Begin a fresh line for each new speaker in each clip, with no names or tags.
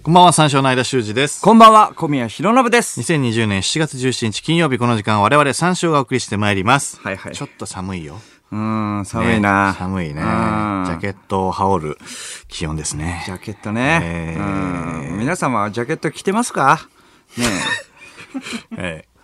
こんばんは、三章の間修二です。
こんばんは、小宮弘信です。
2020年7月17日金曜日この時間我々三章がお送りしてまいります。
はいはい
ちょっと寒いよ。
うーん、寒いな。
ね寒いね。ジ
うん
ャケットを羽織る気温ですね
ジ。ャケットね
え。ー
うん皆様はジャケット着てますかねえ
え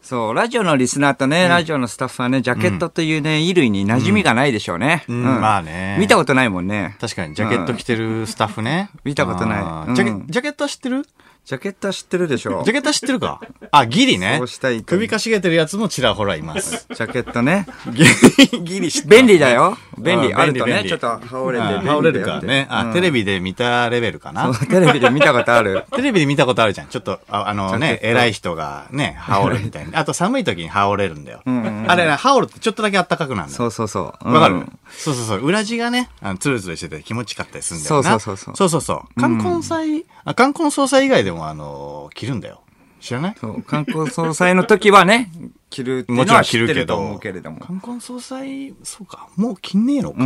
そう、ラジオのリスナーとね、ラジオのスタッフはね、ジャケットというね、衣類に馴染みがないでしょうね。
んまあね
見たことないもんね
え。確かにジャケット着てるスタッフね。
見たことない
あー
うん
ジャケジャケットは知ってる
ジャケットは知ってるでしょう。
ジャ
ジ
ケットは知ってるかあ、ギリね
そうしたい。と
首かしげてるやつもちらほらいます。
ャケットね。
ギリ、ギリ知ってる
便利だよ。 便利。
うん
あると
便
ね、
利
ちょっと羽織れて
あ
便利だよって。
羽織れるからね。あ、テレビで見たレベルかな。
そう。 テレビで見たことある。
テレビで見たことあるじゃん。ちょっと、ああの
ジャ
ね、
ケット
偉い人が ね、羽織るみたいな。あと寒い時に羽織れるんだよ。あれね、羽織るとちょっとだけ暖かくなるんだ
そ
よ。
うそうそう。うん
わかる、そうそうそう。裏地がね、あのツルツルしてて気持ちよかったりするんだよな。
そうそうそうそう
そうそうそう。冠婚祭、あ冠婚葬祭以外でも、あの、着るんだよ。知らない
そう、観光総裁の時はね、着るっていう
もち
の
ろん
は
着
知っ
る
て
け
ると
ど。
思うけれども。
冠婚葬祭、そうか。もう着んねえのか。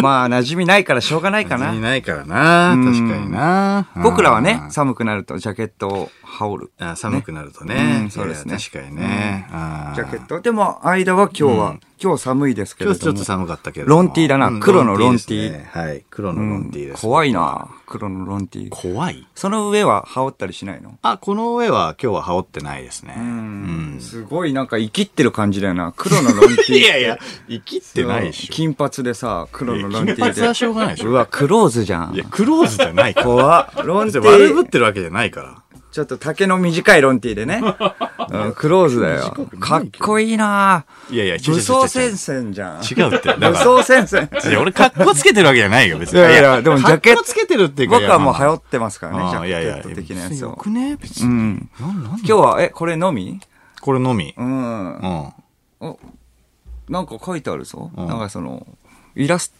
まあ、馴染みないからしょうがないか
い
な。
ないからな。確かにな。
僕らはね
うん、
寒くなるとジャケットを羽織る。
あ寒くなると
ね
ね。
うんそうですね
いや確かにね。あー
ジャケット。でも、間は今日は、今日寒いですけ
今
れ
日ちょ
ど
っ
も
と。寒かったけど。
ロンティーだな
うん
黒のロンティー
ですねはい。黒のロンティーです。
怖いな黒のロンティー。
怖い
その上は羽織ったりしないの
あ、この上は今日は羽織ってないですね。
うん。すごいなんか生きってる感じだよな。黒のロンティー。
いやいや、生きてないでしょ。
金髪でさ、黒のロンテ
い
ィーで。
や金髪はしょうがないでしょ
うわ、クローズじゃ
いや、
ん。
クローズじゃないから。
怖っ。ロンテ
別
ィ
に悪
ー
ぶ。ってるわけじゃないから。
ちょっと丈の短いロンティーでね。 うんクローズだよ。かっこいいなぁ
いやいや違う違う違う
武装戦線じゃん。
違うって。だか
武
ら。
装戦線。
いや俺、格好つけてるわけじゃないよ、別に。
いやいやでもジャケット
格好つけてるっていうか。
僕はもう羽
っ
織ってますからね、ジ
いやいや
ャケット的なや
別に
つ
よ
を。
くね別
う
に。
ん。
なんなん
今日は、え、これのみ
これのみ。
う。
うんん。
お、なんか書いてあるぞ。
うん
なんかその、イラス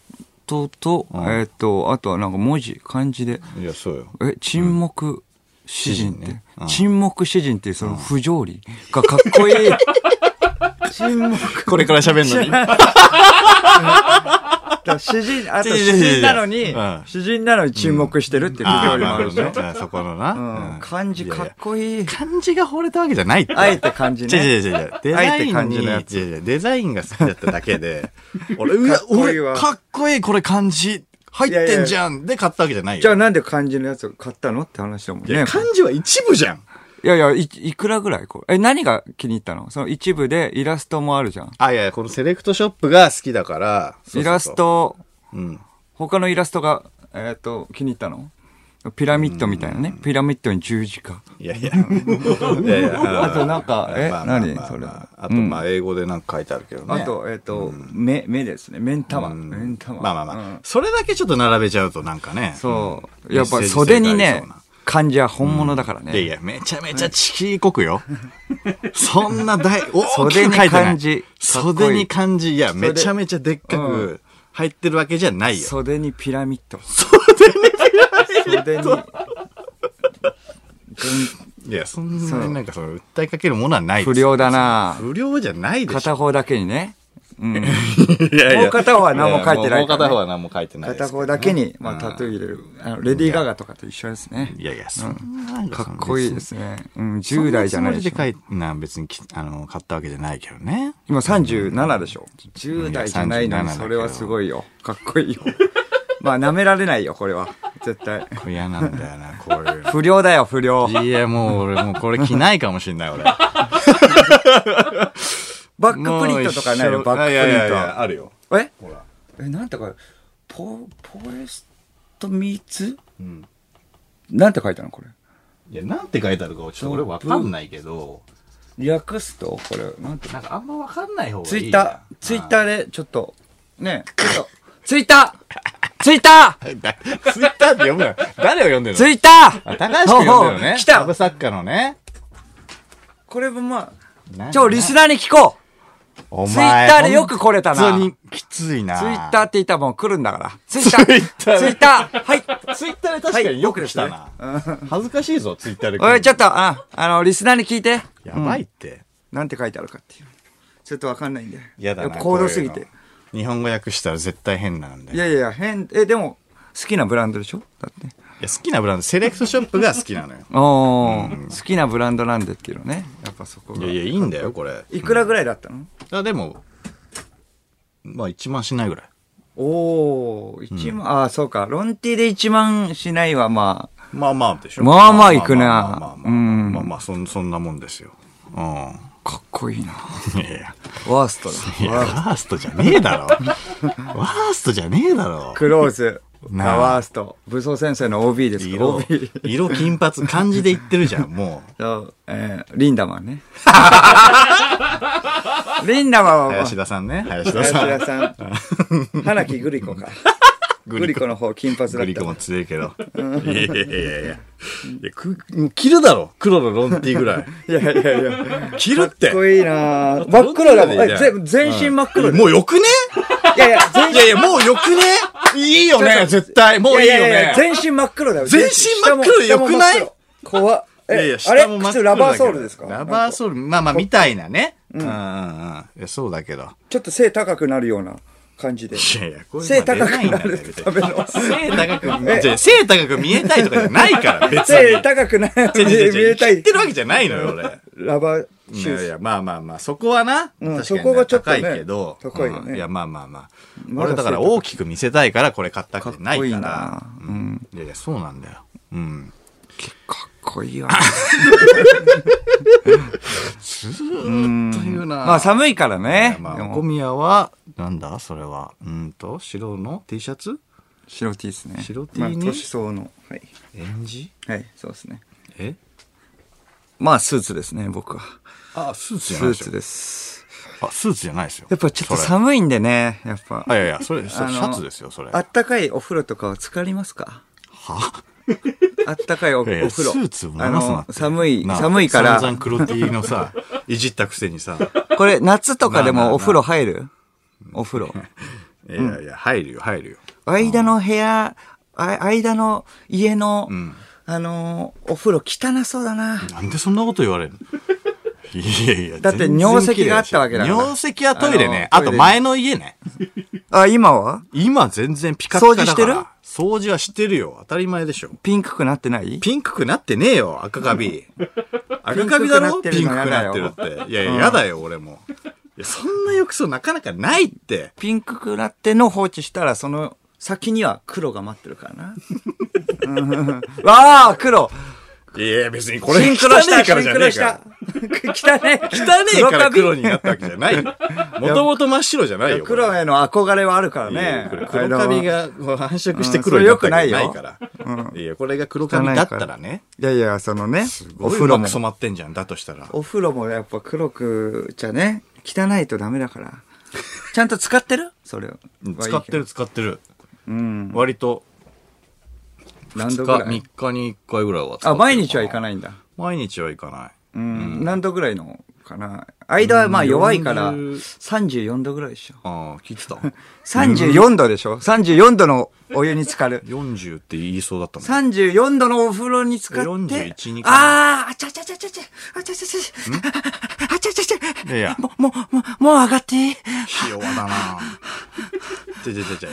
トと、
ん
えっと、あとはなんか文字、漢字で。
いや、そうよ。
え、沈黙詩人っ
詩人
て
ねうん。
沈黙詩人っていうその不条理がかっこい い。沈黙。
これから喋 るのに。
だから詩人、あと
違う違
詩
う違う
人なのに
うん、
詩人なのに沈黙してるっていう
あ
料
あ、
理も
な
あ
る
る
ほ
でし
ど
ょ。
ね。そこのな。
う
うん
ん漢字
いやい
か
や
っこいい。
漢字が惚れたわけじゃないって。
あえて漢字
違 う違う
ね。
違う違う。デザイ
あえて
ン
漢字
に
のやつ
違う違うデザインが好きだっただけ で、俺、うわ
かっ、こいいわ
俺、かっこいい、これ漢字、入ってんじゃんで買ったわけじゃないよ。
じゃあなんで漢字のやつを買ったのって話だもん
いや
ね。
漢字は一部じゃん。
いやいや、いいくらぐらいこれ。え、何が気に入ったのその一部でイラストもあるじゃん。
あ、いやいや、このセレクトショップが好きだから、そうそうそう
イラス。ト、
うん。
他のイラストが、えっと、気に入ったのピラミッドみたいなね。ピラミッドに十字架。
いやいや。 いやいや
あとなんか
うん
え
まあまあ
何
まあ
それ
まああと、まあ、英語でなんか書いてあるけどね。
あと、えっと、目、目ですね。目ん玉。
うん
目ん玉。
まあまあまあ、
うん
それだけちょっと並べちゃうとなんかね。
そう。
ん
やっぱ
メッセージ性
袖に
があり
ね
そうな、
漢字は本物だからね。
いやいや、めちゃめちゃちきこくよ。 そんな 大、大き
袖
く
に
書いてない。
漢字かっこ
袖
い
に
い
漢字。いや、
袖
めちゃめちゃでっか
う
く入ってるわけじゃないよ。
袖にピラミッド。袖にピラミッド
いや、そんなになんかその、訴えかけるものはないです
不良だな
不良じゃないでしょ。
片方だけにね。うん。
いやいや
もう片方は何も書いてないからね
もう片方は何も書いてないですけ
片
ど。
方だけに、まあ、タトゥー入れる。あのレディー・ガガとかと一緒ですね。
いやいや、そんななん
か
そ
っ
の
こいいで。すね。うん、10代じゃない
で
で
しょ。
しょ。
そんなつもりで書いな別にき、あの、買ったわけじゃないけどね。
今37でしょ。10代じゃないの
い
に、
や37
それはすごいよ。かっこいいよ。まあ、舐められないよ、これは。絶対。
これ嫌なんだよな、こういうの。
不良だよ、不良。
いや、もう俺、もうこれ着ないかもしんない、俺。
バックプリントとかない
もう一
の
緒
バックプ
いやい
リン
やい
ト
や
は。
あるよ。
え
ほら。
え、なんて書いてポ、ポエストミーツ
うん。
なんて書いたのこれ。
いや、なんて書いてあるか、ちょっと俺わかんないけど、
略すとこれ、なんて。
なんかあんまわかんない方がいい。
ツイッター、ツイッターで、ちょっと、ねえ、ちょっと、ツイッターツイッター
ー。だ ツイッターって読むの誰を読んでる
ツ
の
イッタ
あ
ー
高橋君読んでるのね。
来た
サブ作家のね。
これもま
な
あ、ちょ、リスナーに聞こ
お前
うツイッターでよく来れたな。
本当
ツ
にきついな。
イッターって言ったらもう来るんだから。ツイッタ
ツイッター
ーツイッターはい
ー。ツイッターで確かによく来たな。恥ずかしいぞ、ツイッターで来るの。
おい、ちょっと、あ、あの、リスナーに聞いて。
やばいって。
なんて書いてあるかっていう。ちょっとわかんないんで。
嫌だ
っ
な。
ぱ高度すぎ
こういう。
て
の。日本語訳したら絶対変なんだよ
いやいや、変、え、でも、好きなブランドでしょだって。
や好きなブランド、セレクトショップが好きなのよ。
おー好きなブランドなんでっていうのね。やっぱそこ
い
が。
やいや、いいんだよ、これ。
いくらぐらいだったの
あでも、まあ1万しないぐらい。
おー、1万、ああ、そうか。ロンティで1万しないはまあ、
まあまあでしょ。
まあまあいくな
まあまあまあまあ
うん
まあまあ、そんそんなもんですよ。うん。
かっこいいな。
いやいや。
ワースト
い
だ。
や、ワーストじゃねえだろ。ワーストじゃねえだろ。
クローズ。
なあ
がワースト。武装先生の OB ですから。
色
OB。、
色金髪、漢字で言ってるじゃん、も
そう、えー、リンダマ ンね。リンダマン
う。
は、
林
林
田さんね。林田さん。
田さん。花木グリコか。グリコの方、金髪だ
グ
っ
リ
た
コ。も強いけど。いやいやいやいや。いやくもう着るだろ黒のロンティぐらい。
いやいやいや。
着るっ
か
て
っこいいなぁ真っ黒だもん。
ロンティーでいい
え
じゃん
ぜ全身真っ黒で。
もうよくね
いやいや、全
いやいや、もうよくねいいよね、絶対。もういいよ
ややや
ね。
全身真っ黒だよ。
全身真っ黒で
下も
よくない
下も真っ黒怖っ。え、
いやいや
あれ
下も真っ
靴
黒だ
ラ
けど
バーソールですか
ラバー
ール。
ソール、まあまあ、みたいなね。うんうんうん。いや、そうだけど。
ちょっと背高くなるような感じで。
いやいや、これ
背高くなる
別に
ための。
背高く
え
じゃあ背高く見えたいとかじゃないから、別に。
背高くなるように見
違う違う違う
えた
言
い
って。るわけじゃないのよ、俺。
ラバー
い
シュー
やい
ズ。
や、まあまあまあ、そこはな、
うん
確かにね
そこがちょっとね
高いけど、
高いよ
う
ね
んいや、まあまあまあ。
まだ
俺だから
背高い
大きく見せたいからこれ買ったわけじゃないから。
かっこいいな
うんいやいや、そうなんだよ。うん。
かっこいいわ。
ずーっと言うな。
まあ寒いからね。
ま
で
あ、
も
小宮は、なんだそれは。うんと、白の T シャツ
白 T ですね。
白 T に
まあ年相応の。はい。
エンジ
はい、そうですね。
え
まあスーツですね、僕は。
あ、スーツ
ス
じゃないで
ー
す
ツ
よ。
です。
あ、スーツじゃないですよ。
やっぱちょっと
それ
寒いんでね、やっぱ。
あ、いやいや、それ、そ
あ
れ
の
シャツですよ、それ。
あったかいお風呂とかは浸かりますか
は
あったかいおお
いや
風
いや
呂。
スーツを流す
あ
なっ
の
て。
寒い、
なあ
寒いか
散々
ら、
黒 T のさ、 いじったくせにさ、
これ夏とか
な
で
あなあなあ
もお風呂入るお 風呂。
いやいや、入るよ、入るよ。
間の部屋、あ間の家の
ん、
あのー、お風呂汚そうだな。
なんでそんなこと言われるのいやいや、
だって
全然
尿石があったわけだから
尿石はトイレね。
あ
あ
の
と前の家ね。
あ、今は
今全然ピカピカだから。
掃除してる
掃除はしてるよ。当たり前でしょ。
ピンクくなってない
ピンクくなってねえよ、赤カビ。 赤カビだろ
ピ
ピ
ンク
ン
く
ク
な
くな
っ
ってて
る
る
の
って。いやいや、やだよ、俺も。いや、そんな浴槽なかなかないって。
ピンクくなっての放置したら、その先には黒が待ってるからな。 うんわあ、黒
いや、別にこ
シ
れ
ンクロ
汚
した、
いから
シ
じ
ン
ゃね
クロ
え
し
から
た。。 汚ねえ。
汚ねえから黒
黒
になったわけじゃ ないよ。もともと真っ白じゃないよ。これ
黒への憧れはあるから
いや
ね。
これ黒カビがこう繁殖して黒
うん
になったわけじゃ
それ良くない
な
よ
いから。いや、これが黒カビだったらね。
いやいや、そのね、お
お
風
風
呂
呂
も
く。染まってんじゃん、だとしたら。
お風呂もやっぱ黒くじゃね、汚いとダメだから。ちゃんと使ってるそれを
うん。使ってる。使ってる。
うん。
割と
何度
2
ぐ
日、
らい
3日に1回ぐらいは使ってるかな
あ、毎日はいかないんだ。
毎日はいかない。
うん。何度ぐらいのかな。間はまあ弱いから、
40
34度ぐらいでしょ。
ああ、聞い てた。
34度でしょ ?34 度のお湯に浸かる。
40って言いそうだったもん。
34度のお風呂に浸かって。
41 2か
あーあちゃちゃちゃちゃちゃ。あちゃちゃちゃちゃ。あちゃちゃちゃ。
いやいや
もう、もう、もう、もう上がっていい。
ひ弱 だなちょちょちょちょ。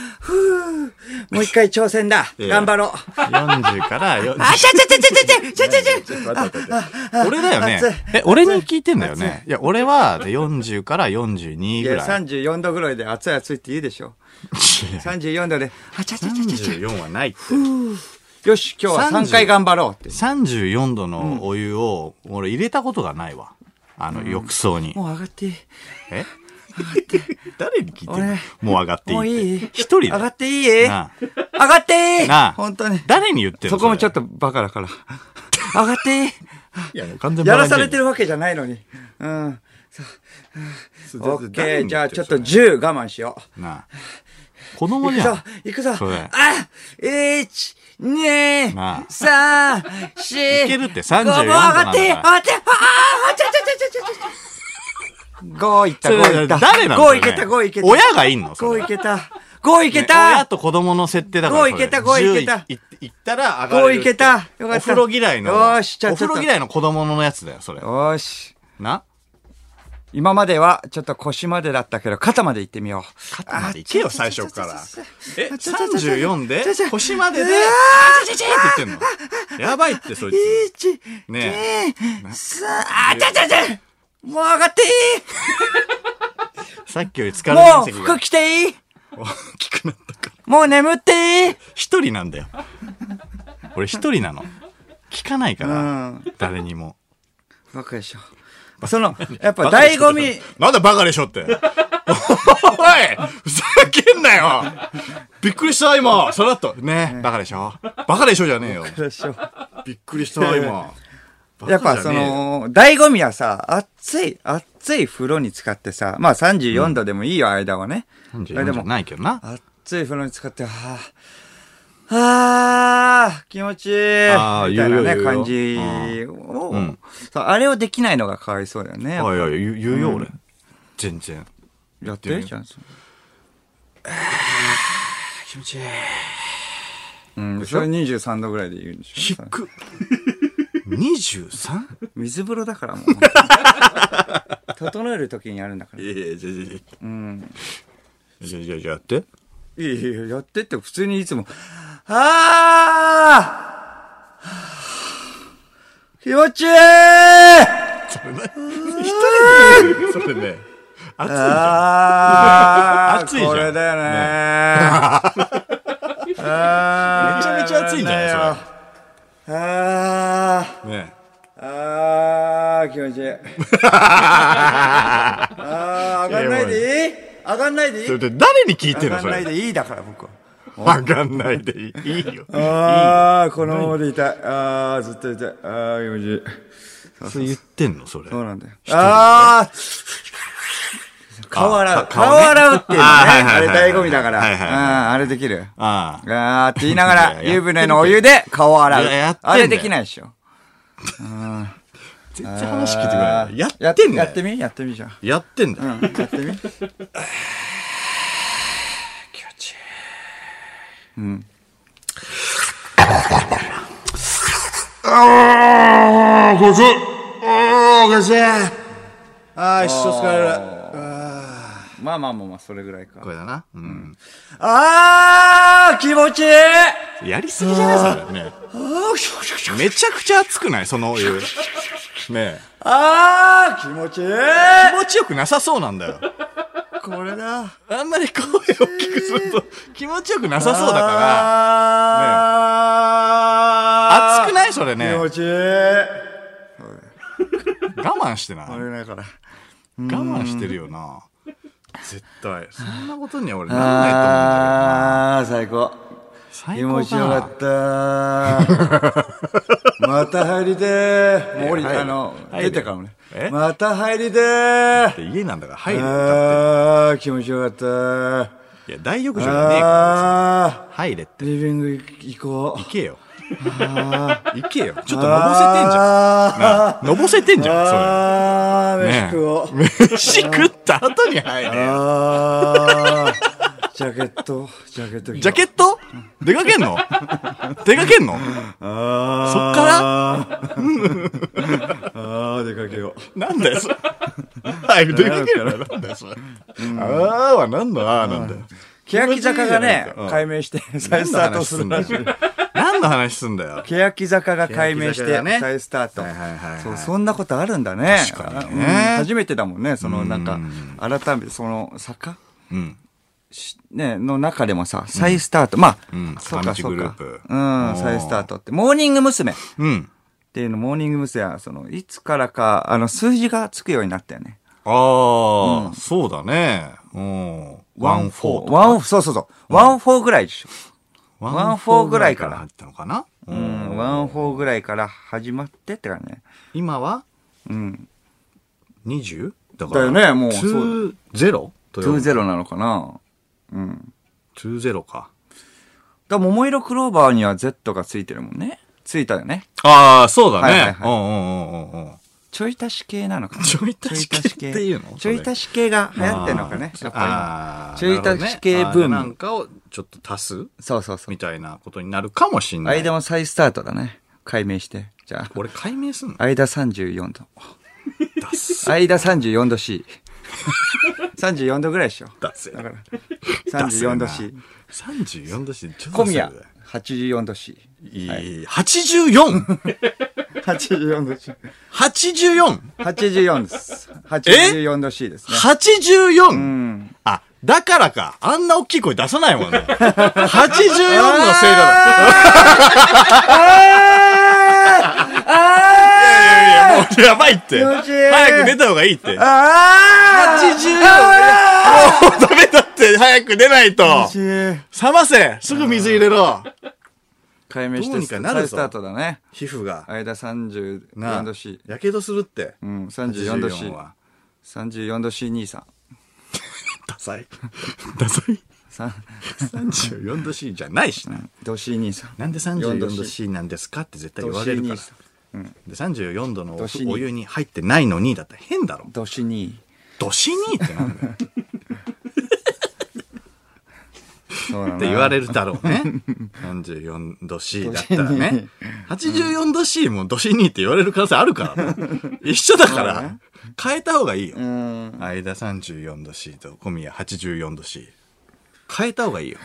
もう一回挑戦だ。
いや
頑張ろう。
40から40。
あちゃちゃちゃちゃちゃちゃちゃちゃちゃ。
待って待って待って俺だよね。え、俺に聞いてんだよね。いや、俺はで40から42
い
ぐ
や、
らい。
34度ぐらいで熱い熱いって言うでしょ。34度で、あちゃちゃちゃちゃちゃ。
34はないって。
よし、今日は3回頑張ろうって。
34度のお湯を、俺入れたことがないわ。あの、浴槽に。
もう上がっていい。
え誰に聞いてんの
俺
もう上がっていい
も
っ
う
て。
いい
一人で。
上がっていい上
な
がっていい
なあ
本当に。
誰に言ってる
そこもちょっ
と。
とバカだから。上がっていい
いや、完全
やらされて
る。
るわけじゃないのに。うん。
そう
オッケー。じゃあちょっ。と
全然誰に言てる
10我慢しよう。
それなあ子供
行く
じゃ
ぞ
ん。
行くぞ
それ
あ一二
なあ
三四
いけるって
五
34
もう上が
度なんだから
って上がってあーあちゃちゃちゃちゃちゃちゃ5いった
それ
5いった
誰なの
5いけた5いけた
親がいんのそれ
5いけた5いけ
ね親
た
と子供の設定だから。
五いけた
それ
五いけた
十行ったら上がれ
5
る。
いけたよかった
お風呂嫌いの。
よーしじゃあ
お風
ちょっ
呂
と
嫌いの子供のやつだよ、それ。
よーし
な
今まではちょっと腰までだったけど、肩まで行ってみよう。
肩まで行けよ、最初から。え、34で
ちょちょちょ
腰までで、
うわ
あちちちって言ってんの。やばいって、そいつ。
1、
ね
2、3、あちゃちゃちゃもう上がっていい
さっきより疲れ
も
面
う
積
服
が
着ていい
大きくなったから。
もう眠っていい
一人なんだよ。俺一人なの。聞かないか
うん
ら、誰にも。
バカでしょ。その、やっぱ醍醐味、
なんだバカでしょって。おいふざけんなよびっくりした今さらっと。ねバカでしょバカでしょじゃねえよ。びっくりした今。
やっぱその、醍醐味はさ、熱い、熱い風呂に使ってさ、まあ34度でもいいよ、間はね。
バカじゃねえよ、で
あで
も
も
ないけどな。
熱い風呂に使って、はぁ、はぁ、気持ちいい、み
あ
た
ー
いな
言うよ
ね、
言うよ
感じを、そうあれをできないのがかわいそうだよね。
あいやいや言う言うよ俺。全然。
やってるじゃん。
気持ちいい。
うん、それ23度ぐらいで言うんでし
低
ょ。
っ。23?
水風呂だからもう。 整える時にやるんだから。
いやいや、じゃじゃじ
うん。
ゃ。じゃじゃじゃやって。
いやいや、やってって普通にいつも、あー気持ちい い
そ れね。一人で。それね。熱いじゃん。熱い
あー
じゃん
これだよね。めち
めちゃ
ゃ
めちゃ熱いんじゃないそれ
あー
ね
あー気持ちいい。あー上がんないで いい上がんないでいい
それで誰に聞いてる
上
の
が
そ
んな
れ
い。でいいだから僕は。
わかんないでいいいいよ。
ああ、このままで痛い。ああ、ずっと痛い。ああ、気持ちいい。
そう言ってんのそれ。
そうなんだよ。ああ顔洗う。顔洗うっていうのね。
あはいはい
あ
はい
れ
はい
醍醐味だから。
はいはいはい
ああ、あれできる。あ
ああ。
あって言いなが
いや
ら、
やって
湯船のお湯で顔洗
いややって。
う
んだよ
あれできないでしょ。
全然話聞いてくれない。や
や
っ
って
んだ
や
よ
ってみやってみじゃん。
やってんだよ。
うん、やってみ。
気持ちいい。うん。ああ、気持ちいい。ああ、気持ちいい。 ああ、一生疲れる。
まあまあまあまあ、それぐらいか
こ。れだな。うん。
ああ気持ちいい
やりすぎじゃないそれね。めちゃくちゃ熱くないそのお湯。ねえ。
ああ気持ちいい
気持ちよくなさそうなんだよ。
これだ。
あんまり声を大きくすると気持ちよくなさそうだから。
ら
熱くないそれね。
気
我
持ちいい。我
慢してない。我
だから。
慢してるよな。絶対。そんなことには俺ならないと思うんだけどな。
あー、最高。
最
気持ちよか
た。
った。 また入りてー。もう降り
いや入る
あの、
入る
出てからもね
え。
また入りてー。
家なんだから入るよだっ
あー、気持ちよかった。
て。いや、大浴場じゃねえから。
あ
入れって。
ー、リビング行こう
行。けよ。行けよ。ちょっとのぼせてんじゃん。
あ
なあのぼせてんじ
ー、
ゃん、それ。
あー、飯食おう。
飯食った後に入れよ。
あージャケット、ジャケット着よう。
ジャケット出かけんの出かけんの
あ
そっ
から あー、出かけよ
なんだよ、それ。はい、出かけんのなんだよ、それ。あーは何のあーなんだよ。
う。欅坂がね
うん、
解明して、
何
再ス
の
タート
話
す
す
る
んだ
ら
よ
しい。。
何の話すんだよ。
欅坂が解明し
欅坂
て
がね、
再スタート
はいはいはいはい。
そう、そんなことあるんだね。
確かに
うん
ね
初めてだもんね、その、なんか、改めて、その、坂
うん。
しね、の中でもさ、再スタート。ま
うん
あ、そうか、そう
坂道グ
か
ルー。プ
うん、再スタートって。モーニング娘。
うん。
っていうの、モーニング娘。は、その、いつからか、あの、数字がつくようになったよね。
ああ、そうだね。うん。ワンフォーとか。
ワンフォー、そうそうそう。ワンフォーぐらいでしょ。ワンフォーぐらいから
入ったのかなう。
うんん、ワンフォーぐらいから始まってって感じね。
今は
うん。
20? だ
だよねもうそう
2ゼロ
20なのかなうん。
20か。
だから、桃色クローバーには Z がついてるもんね。ついたよね。
ああ、そうだ
はいはい
ね。う
は
んうんうんうんうん。
ちょい足し系なのかな。
ちょい足し系っていうの
ちょい足し系が流行ってんのかね。やっぱ
あー
ちょい足し
なるほどね
系ブーム
あなんかをちょっと足す
り。そうそうそう
み。たいなことになるかもしんない。
間も再スタートだね。解明して。じゃあ、
俺解明すんの
間34度。
ダッセ
間34度 C。34度ぐらいでしょ。
ダッセだから
34度 C。
34度 C ちょっと
小宮、84度 C。
いい、84!84!
84度 C。
84!
84です。84度 C ですね。
84!
うん。
あ、だからか。あんな大きい声出さないもんね。84のせいだ。いやいやいや、もうやばいって。
気持ちいい
早く出た方がいいって。
あー
84! もうダメだって、早く出ないと。冷
ー
ませすぐ水入れろ
解明して
どうにかなるぞ
再スタートだね。
皮膚が。
間34度 C。
やけどするって。
うん、34度 C
84。は
34度 C 兄さん。
ダサ い。ダサい。
三
34度 C じゃないしな。
度 C 兄さん。
なんで34度 C なんですかって絶対言われるから。で34度のお
どしに
お湯に入ってないのにだったら変だろ。
度 C 兄。
どしにってなんだよって
そうだな
言われるだろうね。34度 C だったらね。84度 C もどしにって言われる可能性あるからね。一緒だから、変えた方がいいよ
う。ん。
間34度 C と小宮84度 C。変えた方がいいよ。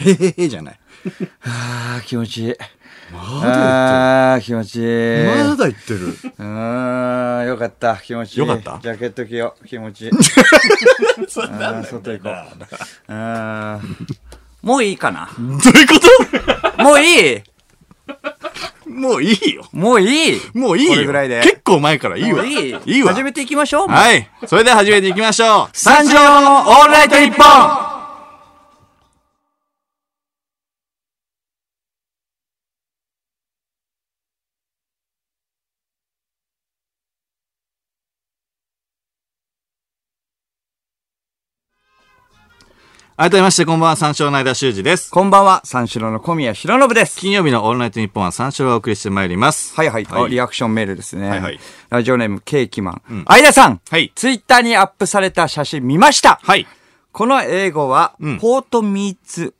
へへへじゃない。
ああ、気持ちいい。
ま
ああ、気持ちいい。
だ言ってる。まだ言ってる。
うーん、よかった。気持ちいい。
よかった
ジャケット着よう。気持ちいい。
そうなんだよ
外行こう
だから
あーもういいかな。
どういうこと
もういい
もういいよ。
もういい
もういいよ。
これぐらいで
結構前からいい
も
わ。
ういい
いいわ。
始めていきましょう。
はい。それでは始めていきましょう。
三条のオールナイトニッポン
改めまして、こんばんは、三章の間修二です。
こんばんは、三四郎の小宮浩信です。
金曜日のオールナイトニッポンは三章をお送りしてまいります。
はいはい、
はい
リアクションメールですね。
はいはい
ラジオネームケーキマン。相田さん、
はい
ツイッターにアップされた写真見ました
はい。
この英語は、
うん
ポートミーツ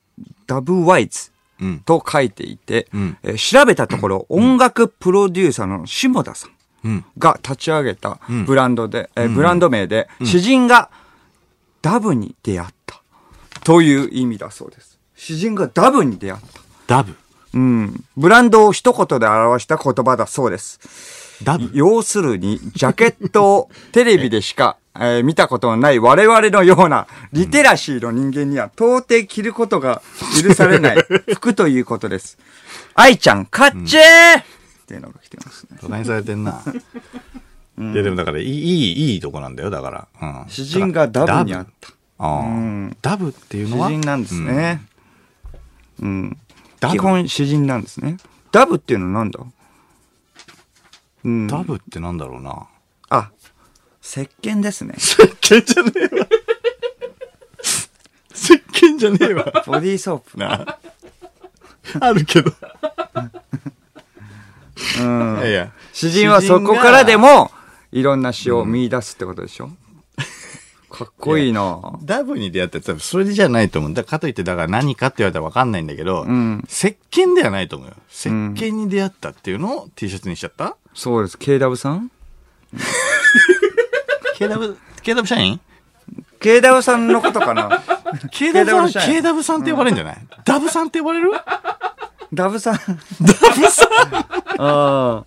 ダブワイズ
うん
と書いていて、
ん
えー調べたところ、音楽プロデューサーの下田さん
うん。
が立ち上げたブランドで、えーブランド名で、詩人がダブに出会ったという意味だそうです。詩人がダブに出会った。
ダブ。
うん。ブランドを一言で表した言葉だそうです。
ダブ。
要するに、ジャケットをテレビでしか、えー見たことのない我々のようなリテラシーの人間には到底着ることが許されない服ということ です。愛ちゃん、かっちー、っていうのが来てますね。
途端にされてん な。いや、でもだから、いい、いい、いいとこなんだよ、だから。うん。
詩人がダブにあった。
あ
ん
あ。ダブっていう
詩
のは
人なんです。
うん
ね。うん。
ダ
基
ブ。
本詩人なんですね。ダブっていうのはなんだうん。
ダブってなんだろう な。
あ、石鹸ですね。
石鹸じゃねえわ。石鹸じゃねえわ。
ボディーソー プ。
な あるけど。いやいや。
詩人はそこからでも、いろんな詩を見出すってことでしょ、かっこいいな
ダブに出会ったら多分それじゃないと思う。だかといって、だから何かって言われたらわかんないんだけど、
ん
石鹸ではないと思うよ。石鹸に出会ったっていうのを T シャツにしちゃった、
そうです。KW さん
?KW、KW 社員
?KW さんのことか な
?KW さん、
社員
KW さんって呼ばれるんじゃない、ダブさんって呼ばれる
ダブさん。ダブさんああ。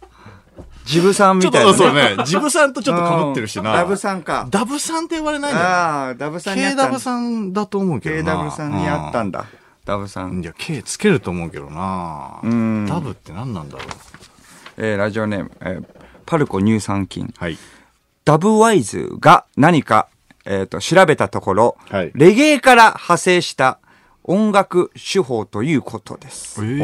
ジブさんみ
ちょった
いな、
とそうね。ジブさんとちょっと被ってるしな。
うんダブさんか。
ダブさんって呼ばれないんだよ。
ああ、ダブさんにあったん
KW さんだと思うけどな。
KW さんにあったんだ。ダブさん。
いや、K つけると思うけどな
うん
ダブって何なんだろう。
えー、ラジオネーム、えーパルコ乳酸菌。
はい。
ダブワイズが何か、えっ、と、調べたところ、
はい
レゲエから派生した音楽手法ということです。
えー、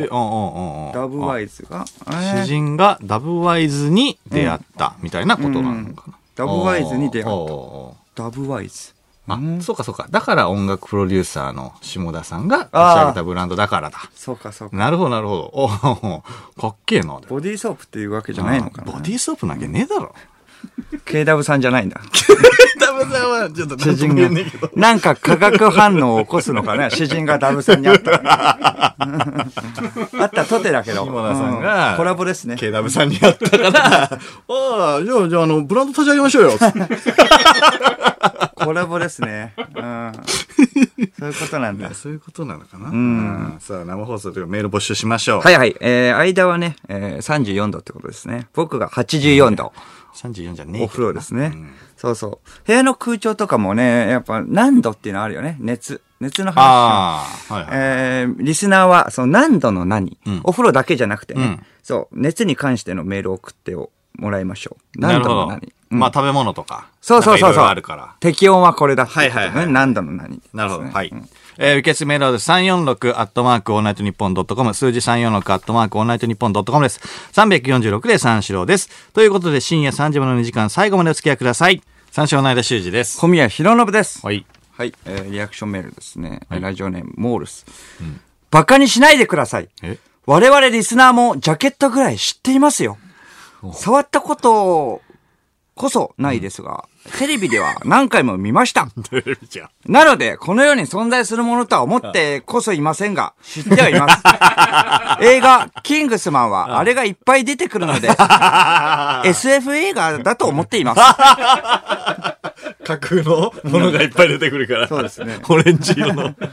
う
ー
んうんうんうん。
ダブワ
イ
イズが、
詩
えー
人がダブワイズに出会った、みたいなことなのかな。
ダブワイズに出会った
おーお
ダブワイズ。
ーおーあ、そうかそうか。だから音楽プロデューサーの下田さんが立ち上げたブランドだからだ。
そうかそうか。
なるほどなるほど。おーおーかっけえな。
ボディーソープっていうわけじゃないのか
ボ
な。
ディーソープなわけねえだろ。
KW さんじゃないんだ。
ダブさんは、ちょっと
詩
何と
人
も
が
言えねえけど。、
なんか化学反応を起こすのかな詩人がダブさんに会ったら。 あったとてだけど。
下田さんが
うコラボですね。
ケダブさんにやったから、 ああ、じゃあ、じゃあ、あの、ブランド立ち上げましょうよ。
コラボですね。うん。そういうことなんだ。
そういうことなのかなうん。さあ、生放送というかメール募集しましょう。。
はいいはい。えー、間はね、えー、34度ってことですね。僕が84度。
34じゃねえけど
お風呂ですね。そうそう。部屋の空調とかもね、やっぱ何度っていうのあるよね。熱。熱の話。
ああ、はいはい。
えー、リスナーは、その何度の何、
ん
お風呂だけじゃなくてね、
うん
そう、熱に関してのメールを送ってもらいましょう。
な
何
る
度
ほ
の
ど
何。。
まあ、食べ物とか。
そうそうそ
なんかいろい
うそ。
うろあるから。
適温はこれだってうことね、
はいはいはい
何度の何、
なるほど。
ですね
はい。えー、受付メールは346アットマークオールナイトニッポンドットコム、数字346アットマークオールナイトニッポンドットコムです。346で三四郎です。ということで、深夜3時までの2時間、最後までお付き合いください。三四郎の間修二です。
小宮弘信で す。
はい。
はい、えーリアクションメールですね。ラジオネーム、モールス。バカにしないでください
え。
我々リスナーもジャケットぐらい知っていますよ。触ったことこそないですが、テレビでは何回も見ました。
テレビじゃん。
なので、この世に存在するものとは思ってこそいませんが、知ってはい ます。映画、キングスマンは、あれがいっぱい出てくるの で、SF 映画だと思っています。
架空のものがいっぱい出てくるから。
そうですね
オレンジ色の。
違うんで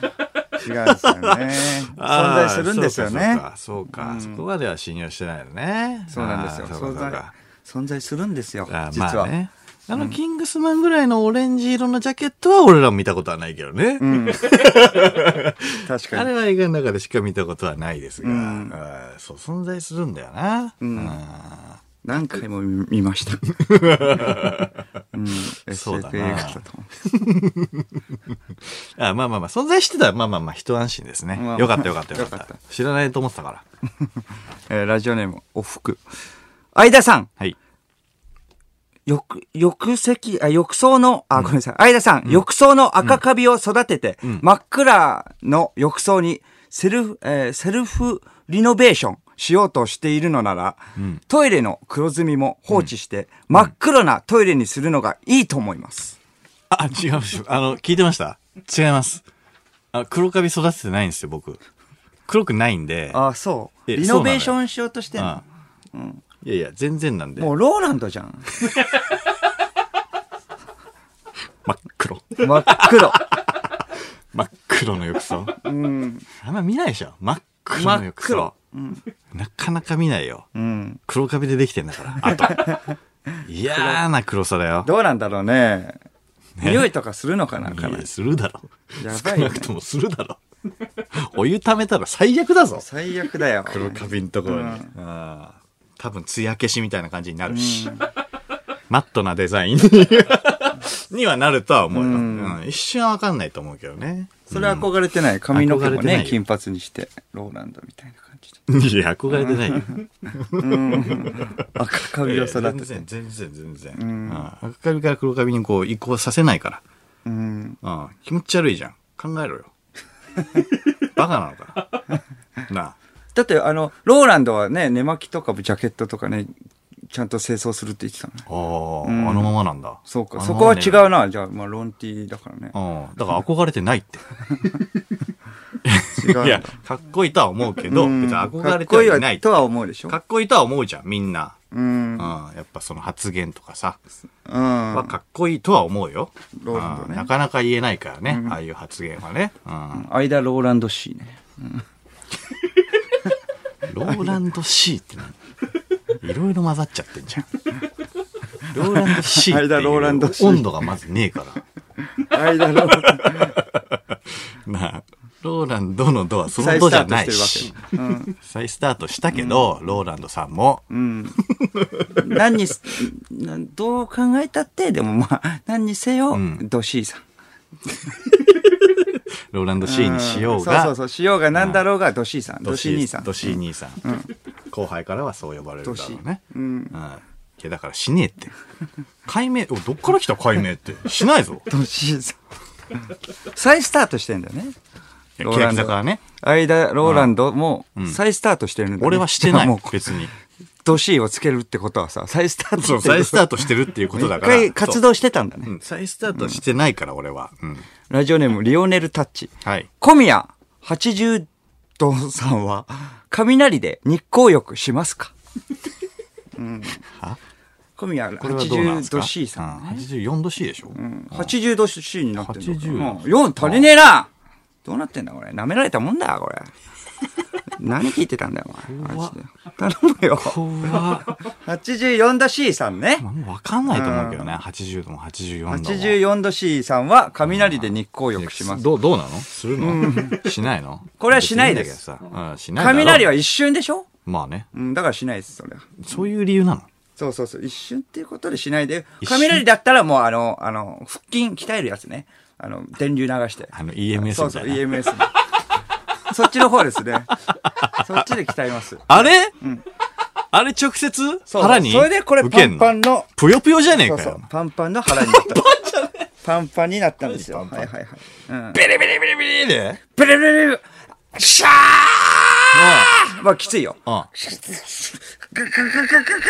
すよね。存在するんですよね。
あーそうか、そうかそうか。そこまでは信用してないのね。
そうなんですよ。
あーそう
存
かそう
在
か。
存在するんですよ
あ。ー
実
ま
は。
あね。あの、キングスマンぐらいのオレンジ色のジャケットは俺らも見たことはないけどね。
確
あ
かに。
れは映画の中でしか見たことはないですが、あーそう、存在するんだよな。あ
何回も見見ま した。うん。
そうだ
SF
な
映画だと思
ーあーまあまあまあ、存在してたら、まあまあまあ、一安心ですね。
まあ
よかったよかったよかっ
よか
た。知らないと思ってたから。
う。えーラジオネーム、おふく。相田さん、
はい。
浴、浴席、あ、浴槽の、あ、ごめんなさい。相田さん、浴槽の赤カビを育てて、真っ暗の浴槽にセルフ、えーセルフリノベーションしようとしているのなら、トイレの黒ずみも放置して、真っ黒なトイレにするのがいいと思います。
あ、違います。あの、聞いてました違います。あ、黒カビ育ててないんですよ、僕。黒くないんで。
あ、そう。
え
リノベーションしようとしてんの
うん。いやいや、全然なんで。
もうローランドじゃん。
真っ黒。
真っ黒。
真っ黒の浴槽。
うん。
あんま見ないでしょ真っ黒の浴槽。なかなか見ないよ。
うん。
黒カビでできてんだから。あ と。嫌な黒さだよ。
どうなんだろう ね。匂いとかするのかな、
い
かな
やするだろ。
やば
少
いね
なくともするだろ。お湯溜めたら最悪だぞ。
最悪だよ。
黒カビのところに。ああ多分、艶消しみたいな感じになるし。マットなデザイン にはなるとは思うよ。うん一瞬はわかんないと思うけどね。
それ憧れてない。髪の毛
憧
も
れてない
ね、
よ
金髪にして、ローランドみたいな感 じで。
いや、憧れてないよ。
赤髪を育てて
全。然、全然、全然。うん赤カビから黒カビにこう移行させないから。
うん。
うん、気持ち悪いじゃん。考えろ よ。バカなのか。なあ。
だって、あの、ローランドはね、寝巻きとかジャケットとかね、ちゃんと清掃するって言ってたのね。
あーあのままなんだ。
そう
あ
か。
の
そ
ま
こ
ま
は
ね
違うな。じゃあ、まあ、ロンティーだからね。
うん。だから憧れてないって。
違う。
いや、かっこいいとは思うけど、
うん
別に
か
憧
っ
れて
こいい
はいな。
はいと
か
は思うでしょ。
っこいいとは思うじゃん、みんな。
うん。
う
う。
んん。やっぱその発言とかさ、は
ロ
かっこいいとは思うよ。
ローランドね
うんなかなか言えないからね、ああいう発言はね。うん。
間ローランド C ね。
ローランド C って何いろいろ混ざっちゃってんじ ゃん。ローランド C ってい
あれだローランド C
う温度がまずねえから。
間ローラン ド
なあ、ローランドのドはそのドじゃない
再ス
し
タ。ートしてるわけよ。
再スタートしたけど、ローランドさんも、
うん。うん。何にす、などう考えたって、でもまあ、何にせよ、
ん
ド C さん。
ローランド C にしようが、
んそうそうそう、しようが何だろうが、ドシーさん。ドシー兄さん
ド。シー兄さん。後輩からはそう呼ばれるだろうね。
う
うん。
ん。
いや、だからしねえって。解明、おどっから来た解明って。 しないぞ。
ドシーさん。再スタートしてんだよね。
いや
ローラン
欅
ド
坂はね。
間、ローランドも再スタートしてるんだ、ね
俺はしてな
じゃあもう
い。別に。
動 C をつけるってことはさ、再スタート
そう、再スタートしてるっていうことだ
一
から。
回活
動。
動してたんだね。
うん、再スタートしてないから、俺は。うん。
ラジオネーム、リオネルタッチ。
はい。
小宮80度さんは、雷で日光浴しますか、うん、小宮
これはどうなんで
80
すか
度 C さん。
うん、84度 C でしょ、う
80度 C になってる
80
のかな。4足りねえなどうなってんだこれ。舐められたもんだこれ。 何聞いてたんだよ、お前。マジで頼むよ。
怖っ
84度 C さんね。
わかんないと思うけどね。80度も84度も。
84度 C さんは雷で日光浴します。
どう、どうなのするのしないの
これはしないです
別にんだけどさうん、しないだろう
雷は一瞬でしょ
まあね。
うん、だからしないです、それは。
そういう理由なの。
そうそうそう。一瞬っていうことでしないで。
一瞬
雷だったらもうあの、あの、腹筋鍛えるやつね。あの、電流流して。
あの EMS みたいな
そうそう、EMS ね。そっちの方ですね。そっちで鍛えます。
あれ、あれ直接
そう
腹に
それでこれ
受けん
パンパンの
ぷよぷよじゃねえ
そう
か
そ
よ
う。。パンパンの腹になった。パンパンになったんですよ。はいはいはい。うん。
ビリビリビリビリで。
ブルルルルシャーまあきついよ。
うん。うん。あ、痛みがね。痛みあるんだ。そうか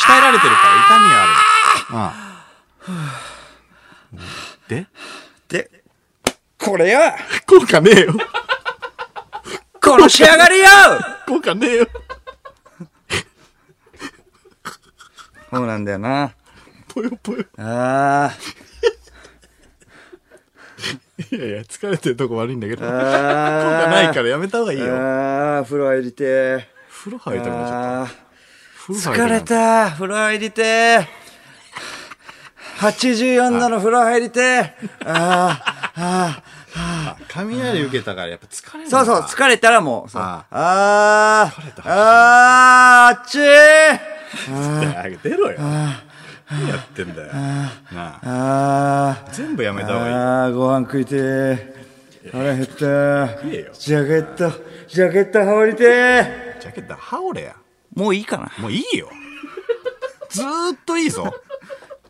鍛えられてるから痛みある。うん。で
で、これよ
効果ねえよ。
殺しやがれよ
効果ねえよ。
そうなんだよな。
ぽよぽよ。
あ
いやいや、疲れてるとこ悪いんだけど。効
ー。
果
あー。
ないからやめた方がいいよ。
ああ、風呂入りてー。
風呂入りたくなっちゃった。
あ
風呂
ー
入り
疲れ
い。
た。風呂入りてー。84度の風呂入りてー。あーあ
雷受けたからやっぱ疲れる
ー。
の
そ
か。
うそう、疲れたらもう。そう
あ
ああー。あー、あっちー。
あ げてろよ。何やってんだよ。なあ
あー。
全部やめた方がいい。
あー、ご飯食いてー。腹減った
えよ
ー。ジャケット、ジャケット羽織りてー。
ジャケット羽織れや。
もういいかな。
もういいよ。ずーっといいぞ。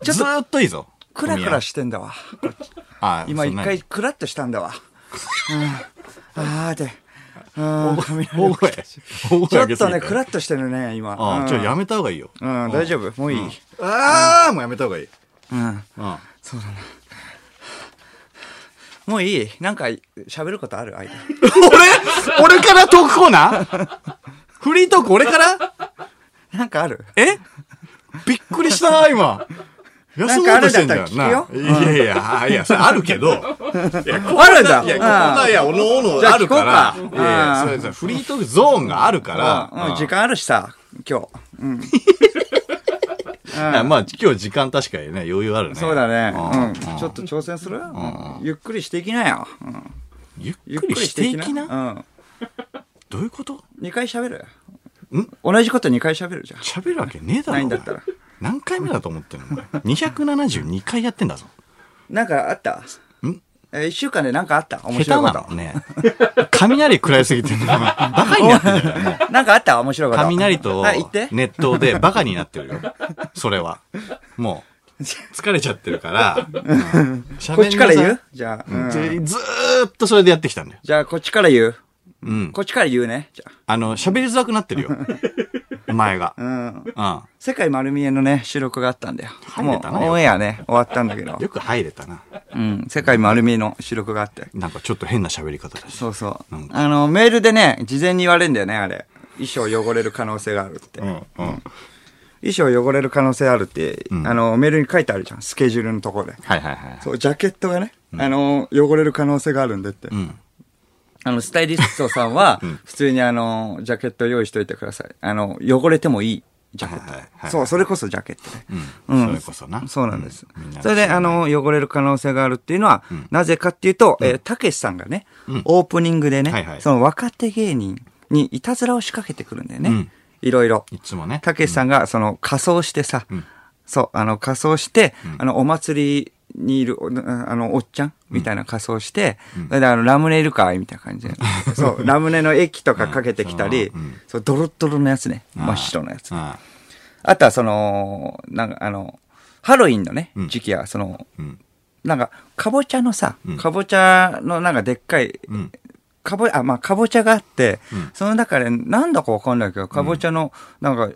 ずーっといいぞ。
クラクラしてんだわ。
あ
今
そ
一
んな
回クラッとしたんだわ。うんあーで。うん
大声。大声
ちょ
上
っ
げす
と
ぎ
ね、
て
クラッとしてるね、今。
あ
う
あ、
ん
ちょ、やめた方がいいよ。
うん、大丈夫もういい。
ああ、もうやめた方がいい。
うん。
うん。
もういいなんか、喋ることある間。
俺俺からトークコーナーフリートーク俺から
なんかある
えびっくりしたな、今。休もうとしてんじゃん。
なんかあるん
いやいや、あいや、それあるけど。いや、こ
あるんだ
いや、こんな、いや、おのおのあるから。
じゃあ聞こう
い
か
やいや、それそれフリートークゾーンがあるか
うんうん
ら。
時間あるしさ、今日。
うんまあ、今日時間確かにね、余裕あるね。
そうだね。
うん
うん。ちょっと挑戦するうんゆっくりしていきなよ。うん
ゆ
ゆ
っくりしていきな。
うん。
どういうこと
2回喋る
ん
同じこと2回喋るじゃん。
喋るわけねえだろ。
ないんだったら。
何回目だと思ってんのお前 ?272 回やってんだぞ。
なんかあった
ん
えー、一週間でなんかあった
下
面
手
白い
な
こと。
のね。雷食らいすぎてる。バカになってるよ、もう。
なんかあった面白いこ と。
雷と
はい、言って。
熱湯でバカになってるよ。それは。もう、疲れちゃってるから。喋んなさい
こっちから言うじゃあ、うん
でずーっとそれでやってきたんだよ。
じゃあ、こっちから言う
うん。
こっちから言うね。じゃ
あの、喋りづらくなってるよ。お前が。う
あ。うん。
ん。
世界丸見えのね、収録があったんだよ。
入れたな
もう、オンエアね、終わったんだけど。
よく入れたな。
うん。世界丸見えの収録があって。
なんかちょっと変な喋り方だし。
そうそう
うん。
あの、メールでね、事前に言われるんだよね、あれ。衣装汚れる可能性があるって。
うん。うん。
衣装汚れる可能性あるって、
ん
あの、メールに書いてあるじゃん。スケジュールのところで。
はいはいはい。
そう、ジャケットがね、あの、汚れる可能性があるんでって。
うん。
あの、スタイリストさ んは、普通にあの、ジャケット用意しといてください。あの、汚れてもいいジャケット。
はいはいはい
そう、それこそジャケットね。
うん。それこそな。
そうなんです。
みな
それで、あの、汚れる可能性があるっていうのは、なぜかっていうと、えーたけしさんがね、オープニングでね、
はいはい
その若手芸人にいたずらを仕掛けてくるんだよね。
うん
いろいろ。
いつもね。
たけしさんが、その、仮装してさ、
ん
そう、あの、仮装して、あの、お祭りにいる、おあの、おっちゃんみたいな仮装して、それで、あの、ラムネいるかいみたいな感じで。 そう、ラムネの液とかかけてきたり、
うんうん
そう、ドロッドロのやつね。
あー
真っ白のやつ。あ
あ
とは、その、なんか、あの、ハロウィンのね
うん、
時期は、その、
あうん。
なんか、かぼちゃのさ
うん、
かぼちゃのなんかでっかい
うん。
かぼ、あ、まあ、かぼちゃがあって、その中で、なんだかわかんないけど、かぼちゃの、なんか、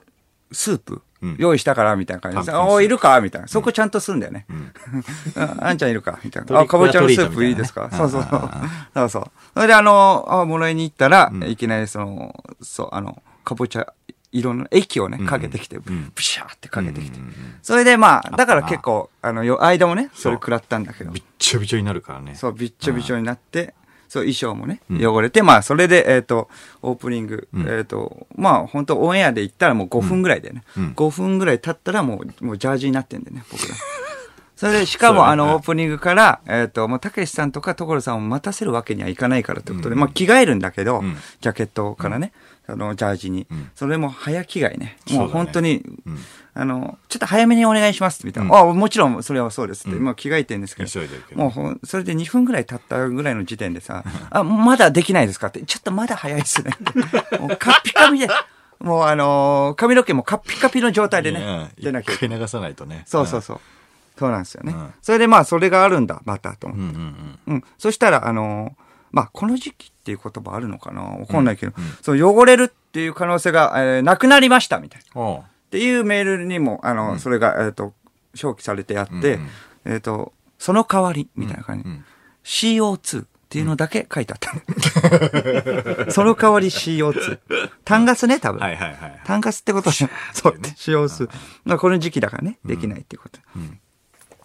スープ、
うん
用意したから、みたいな感じで、
パン
あ、おいるかみたいな。そこちゃんとすんだよね。 ああんちゃんいるかみたいな。あ、かぼちゃのスープいいですか
トリック
そ
オア
う
ト
そ
リ
う
ー
そ
トみ
う
たいな。
そうそう。それで、あの、あ、もらいに行ったら
う、ん
いきなりその、そう、あの、かぼちゃ、色の液をね、
ん
かけてきて、ブシャーってかけてきて
うんうんうん。
それで、まあ、だから結構、あの、よ間もね、それ食らったんだけど。
びっちょびちょになるからね。
そう、びっちょびちょになって、そう、衣装もね、
ん
汚れて、まあ、それで、えっ、と、オープニング、
うん
えっ、と、まあ、本当オンエアで行ったらもう5分ぐらいでね、
うん
5分ぐらい経ったらもう、もうジャージになってんでね、僕ら。 それで、しかも、
そうだね
あ
うん
の、オープニングから、えっ、と、もう、たけしさんとか所さんを待たせるわけにはいかないからということで、まあ、着替えるんだけど、
うん
ジャケットからね、あの、ジャージに。
うん
それも、早着替えね。
そうだ
もう、
ね
本当に、
うん
あの、ちょっと早めにお願いします、みたいな。あ、もちろん、それはそうですって。まあ、着替えてるんですけど。
急いでるけど
もうほん、それで2分ぐらい経ったぐらいの時点でさ、あ、まだできないですかって、ちょっとまだ早いですね。 もうカッピカピで、もうあのー髪の毛もカッピカピの状態でね、
う
出
ん
なきゃい
一
けない。
回流さないとね。
そうそうそう。そうなんですよね
うん。
それでまあ、それがあるんだ、またと思って
うん。うんうん
うん。そしたら、あのーまあ、この時期っていう言葉あるのかなわかんないけど、そう、汚れるっていう可能性が、えーなくなりました、みたいな。
うん。おう
っていうメールにも、あの、それが、えっ、と、表記されてあって、
うん
えっ、と、その代わり、みたいな感じ、
うん
CO2 っていうのだけ書いてあった。 その代わり CO2。単ガスね、多分。
はいはいはい。
単ガスってこ とじゃそう、CO2。まあ、この時期だからね、できないっていうこと。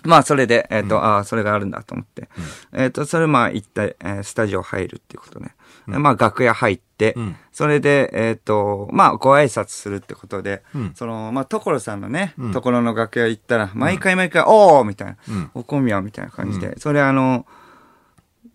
まあ、それで、えっ、と、ああ、それがあるんだと思って。えっ、と、それ、まあ、行った、えースタジオ入るっていうことね。まあ、楽屋入って、
うん
それで、えっ、と、まあ、ご挨拶するってことで、
うん
その、まあ、所さんのね、
ん
ところの楽屋行ったら、毎回毎回、おーみたいな、
うん
おこみやみたいな感じで、それ、あの、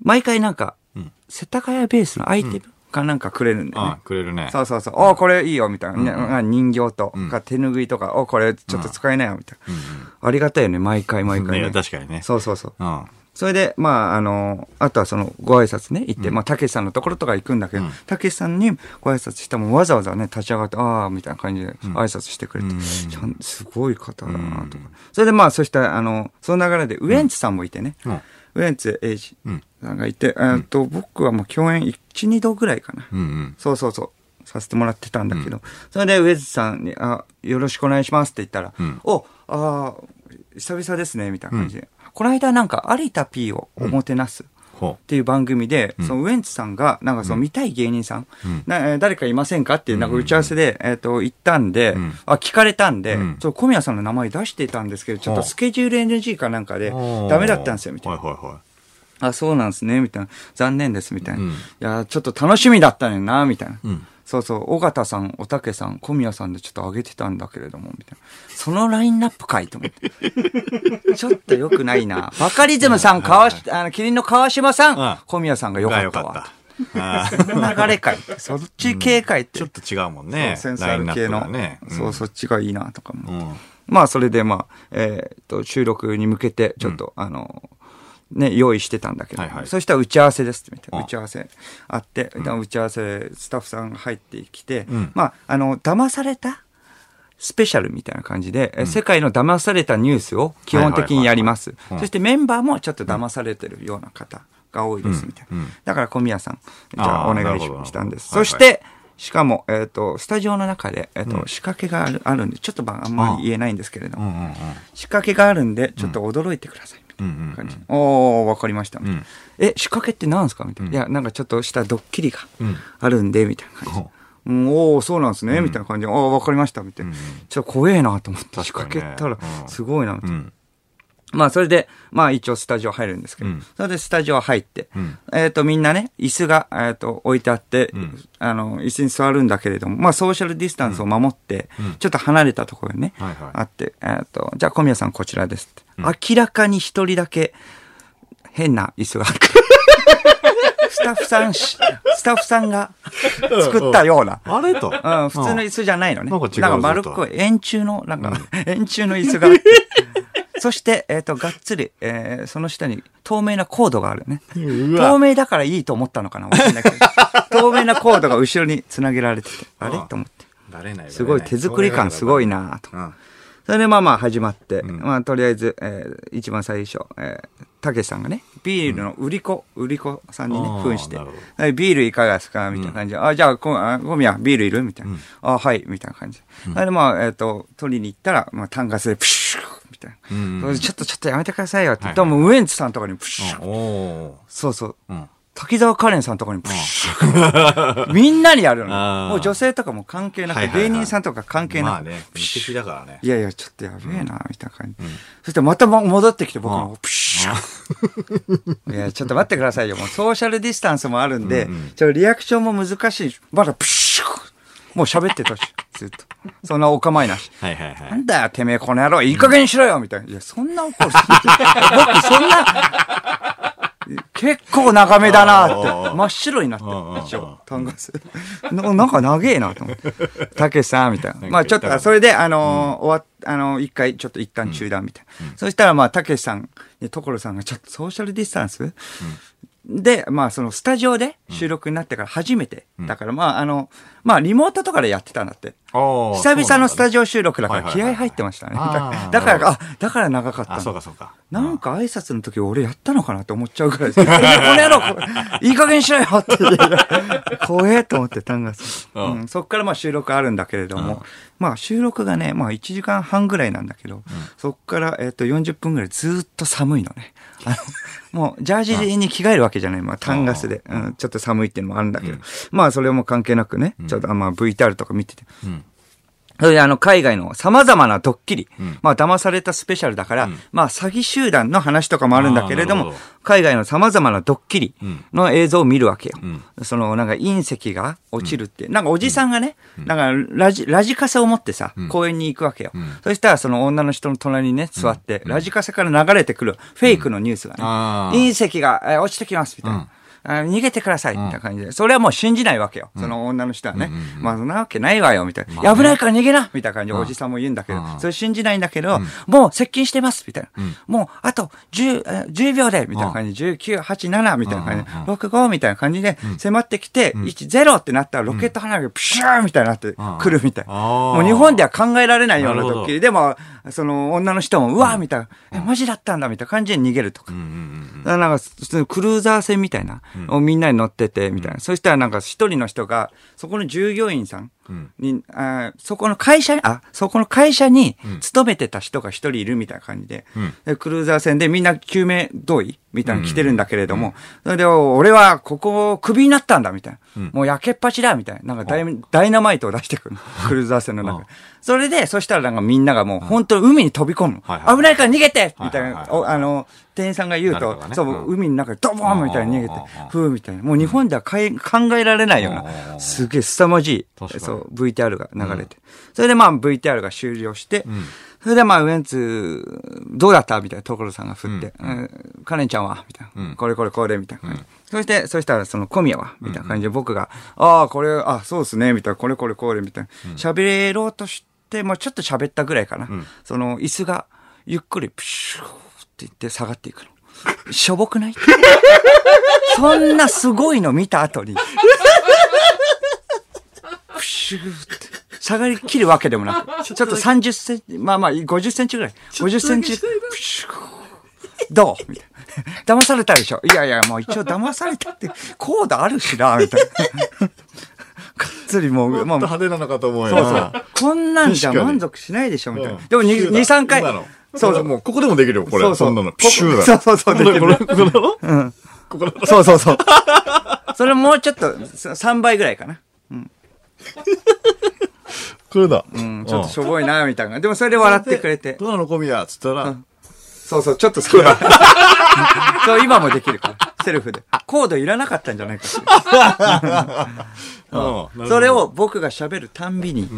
毎回なんか、
うん
世田谷ベースのアイテムかなんかくれるんだよね。
あくれるね。
そうそうそう。おこれいいよ、みたいなね。
うん
あ人形と
うん
か手拭いとか、おこれちょっと使えないよ、みたいな。
うん
ありがたいよね、毎回毎
うん。
回、
ね確かにね。
そうそうそう。
うん。
それで、まあ、あの、あとはその、ご挨拶ね、行って、まあ、たけしさんのところとか行くんだけど
うん、
たけしさんにご挨拶したもんわざわざね、立ち上がって、ああ、みたいな感じで挨拶してくれて、
うん
ちゃんすごい方だなと
うん
か。それで、まあ、そしたら、あの、その流れで、ウエンツさんもいてね、
うん
ウエンツ英二
うん
さんがいて、えーっと、僕はもう共演1、2度ぐらいかな。
うんうん。
そうそうそう。させてもらってたんだけど。それで、ウェズさんに、あ、よろしくお願いしますって言ったら、
うん
お、あー久々ですね、みたいな感じで。この間なんか、有田 P をおもてなす。
ほ
っていう番組で、
ん
そのウエンツさんが、なんかその見たい芸人さん、
うん
なえー誰かいませんかっていう、なんか打ち合わせで、えっ、と、行ったんで、
うん
あ、聞かれたんで、
うん
そう、小宮さんの名前出してたんですけど、ちょっとスケジュール NG かなんかで、
う。
ダメだったんですよ、みたいな。
はいはいは
あ、そうなんですね、みたいな。残念です、みたいな。
うん
いや、ちょっと楽しみだったのよな、みたいな。
い。うん。
そうそう、尾形さん、おたけさん、小宮さんでちょっと上げてたんだけれども、みたいな。そのラインナップかいと思って。 ちょっと良くないな。バカリズムさん、川し、あの、キリンの川島さん、
うん
小宮さんが良か
が
っ
よ
た
か
わ。
った。あー
その流れかい。そっち系かいって。
ちょっと違うもんね。
センス
ラ
あ
イン
る
ナッ
系
プ
の
が。ね。ん
そう、そっちがいいな、とかも。
うん。
まあ、それで、まあ、えーっと、収録に向けて、ちょっと、あの、ね、用意してたんだけど、
はいはい
そしたら打ち合わせですって言って
あ
打ち合わせあって、打ち合わせ、スタッフさんが入ってきて、
うん
まあ、あの、騙されたスペシャルみたいな感じで、え世界の騙されたニュースを基本的にやります。
いはいはいうん
そしてメンバーもちょっと騙されてるような方が多いですみたいな。
うんうん
だから小宮さん、じゃ
あ
あ
ー
お願い
なるほど
したんです。
はいは
そ
い
して、しかも、えっ、と、スタジオの中で、えっ、と、仕掛けがあるあるんで、ちょっとまああんまり言えないんですけれど
う
も、
んうん
仕掛けがあるんで、ちょっと驚いてください、みたい
うんうんう
なん感じ。おー、わかりました、みたいな
うん
え、仕掛けって何ですかみたいな。いや、なんかちょっとしたドッキリが
うん
あるんで、みたいな感じ。うん、おー、そうなんですね、みたいな感じで、あー、わかりました、みたいな。ちょっと怖えなと思って、
確
仕
か
掛
にね
けたら
う、ん
すごいな、みたいな
うん。うん。
まあ、それで、まあ、一応スタジオ入るんですけど、
うん
それでスタジオ入って、
うん
えっ、と、みんなね、椅子が、えっ、と、置いてあって、
ん
あの、椅子に座るんだけれども、まあ、ソーシャルディスタンスを守って、ちょっと離れたところにね、
はいはい
あって、えっ、と、じゃあ、小宮さんこちらですって。明らかに一人だけ、変な椅子が ある。スタッフさんし、スタッフさんが作ったような。
あれと。うん
うん、普通の椅子じゃないのね。
なんか違うぞ
丸っ
と
こい円柱の、なんか、円柱の椅子があって。そして、えっ、と、がっつり、えーその下に透明なコードがあるね。
うわ
透明だからいいと思ったのかなわかんない けど。透明なコードが後ろにつなげられてて、あれ
うん
と思って。
バレない
すごい手作り感すごい。なと
バレないうん。
それでまあまあ始まって、まあとりあえず、えー一番最初、えーたけしさんがね、ビールの売り子、売り子さんにね
あー、
扮して
なるほど、
えビールいかがですかみたいな感じで、あ、じゃあ、こあ小宮、ビールいるみたいな。あ、はい、みたいな感じで。それでまあ、えっ、と、取りに行ったら、まあ、単ガスでプシューみたいな。
ん
それでちょっと、ちょっとやめてくださいよって言っ
は
た
い
ら、もうウエンツさんとかにプシュー
おお
そうそう。
ー。うん。
滝沢カレンさんとかにプシュみんなにや る
あー
の。もう女性とかも関係なく
はい、はいはい
芸人さんとか関係
ま
な
あ
く。
ね、無敵だからね。
いやいや、ちょっとやべえな、みたいな感じ。そしてまたも戻ってきて僕の
う
方、プシュいや、ちょっと待ってくださいよ。もうソーシャルディスタンスもあるんで、ちょっとリアクションも難しいし。まだプシュもう喋ってたし、ずっと。そんなお構いなし。
はいはい
な
はい。
んだよ、てめえ、この野郎、いい加減にしろよみたいな。いや、そんな怒る。僕、そんな、結構長めだなって。真っ白になって
うんうんうん、
一応、単語すななんか長えなと思って。たけしさん、みたいな。まあ、ちょっ
なんか
と、それで、あのー、終わっ、あのー、一回、ちょっと一旦中断みたいな。そしたら、まあ、たけしさん、で所さんが、ちょっとソーシャルディスタンスで、まあ、そのスタジオで収録になってから初めて。だから、まあ、あの、まあ、リモートとかでやってたんだって。
おー
久々のスタジオ収録だか
は
ら
いはい
気
はい
合入ってましたね。
あー
だか
なるほ
ら、あ、だから長かった
あ、
の
そうかそうか。
なんか挨拶の時俺やったのかなって思っちゃう ぐらいです。この野郎、これいい加減にしろよって。いやいや怖えと思って、単月。
うん
うんそっからまあ収録あるんだけれども、まあ収録がね、まあ1時間半ぐらいなんだけど、そっからえっと40分ぐらいずーっと寒いのね。あのもうジャージに着替えるわけじゃない、まあ単ガスで、うんちょっと寒いっていうのもあるんだけど、まあそれも関係なくね、ちょっとあまあ VTR とか見てて、
ん
それであの、海外の様々なドッキリ、まあ、騙されたスペシャルだから、まあ、詐欺集団の話とかもあるんだけれ
あーな
ども
るほど、
海外の様々なドッキリの映像を見るわけよ。その、なんか隕石が落ちるって、なんかおじさんがね、なんかラジ、ラジカセを持ってさ、公園に行くわけよ。そしたら、その女の人の隣にね、座って、ラジカセから流れてくるフェイクのニュースがね、
あー
隕石がえー落ちてきます、みたいな。あ逃げてください、みたいな感じで。それはもう信じないわけよ。その女の人はね。まあ、そんなわけないわよ、みたいな。危ないから逃げなみたいな感じでおじさんも言うんだけど、それ信じないんだけど、もう接近してます、みたいな。もう、あと10、えー10秒で、みたいな感じで、19、8、7、みたいな感じで、6、5、みたいな感じで、迫ってきて、1、0ってなったらロケット花火がプシューみたいになってくるみたいな。
あー
もう日本では考えられないような
なるほど
時でも、その女の人も、うわーみたいな、え、マジだったんだみたいな感じで逃げるとか。
うんうん
だからなんか、普通のクルーザー船みたいな、をみんなに乗ってて、みたいな。そしたらなんか一人の人が、そこの従業員さんに、あーそこの会社に、あ、そこの会社に勤めてた人が一人いるみたいな感じで、でクルーザー船でみんな救命胴衣みたいなの着てるんだけれども、それで、俺はここをクビになったんだ、みたいな。もう焼けっぱちだ、みたいな。なんかダイダイナマイトを出して くるの。クルーザー船の中で。それで、そしたらなんかみんながもう本当に海に飛び込む
はいはい。
危ないから逃げてみたい
はいはいはい
な。
はい
おあの、店員さんが言う
なる
と、
ほどね
そう、
うん
海の中でドボンみたいに逃げて
あーあーあー、
ふーみたいな。もう日本ではかい考えられないよう
あーあーあー
な、すげえ凄まじ
確か
い、
に
そう、VTR が流れて。それでまあ VTR が終了して、それでまあウエンツ、どうだったみたいな所さんが振って、うんカレンちゃんはみたいな。これこれこれみたいな感じ。そして、そしたらその小宮はみたいな感じで僕が、ああ、これ、あ、そうですね、みたいな、これこれこれみたいな。喋ろうとして、まあちょっと喋ったぐらいかな。その椅子がゆっくりプシューって言って下がっていくの。しょぼくない そんなすごいの見た後に、プシューって、下がりきるわけでもな く、ちょっと30センチ、まあまあ50センチぐらい、50センチ、プシュー どうみたいな。騙されたでしょいやいや、もう一応騙されたって、コードあるしな、みたいな。 がっつりもう、まあ、
派手なのかと思うよ。そうそう。
こんなんじゃ
確かに
満足しないでしょみたいな。でも2、3回。
そ
そう
そ。
うそうう。
もう、ここでもできるよ、これ。
そうそう
そんなの。プシューだ。
そうそうそうできる
これ、これ、これ
そうそうそう。それもうちょっと、3倍ぐらいかな。
これだ。
うんちょっとしょぼいな、みたいな。でもそれで笑ってくれて。
どうなの、小宮つったら、
そうそう、ちょっと少ない。 そう、今もできるから。セルフで。コードいらなかったんじゃないかしら
うん
それを僕が喋るたんびに、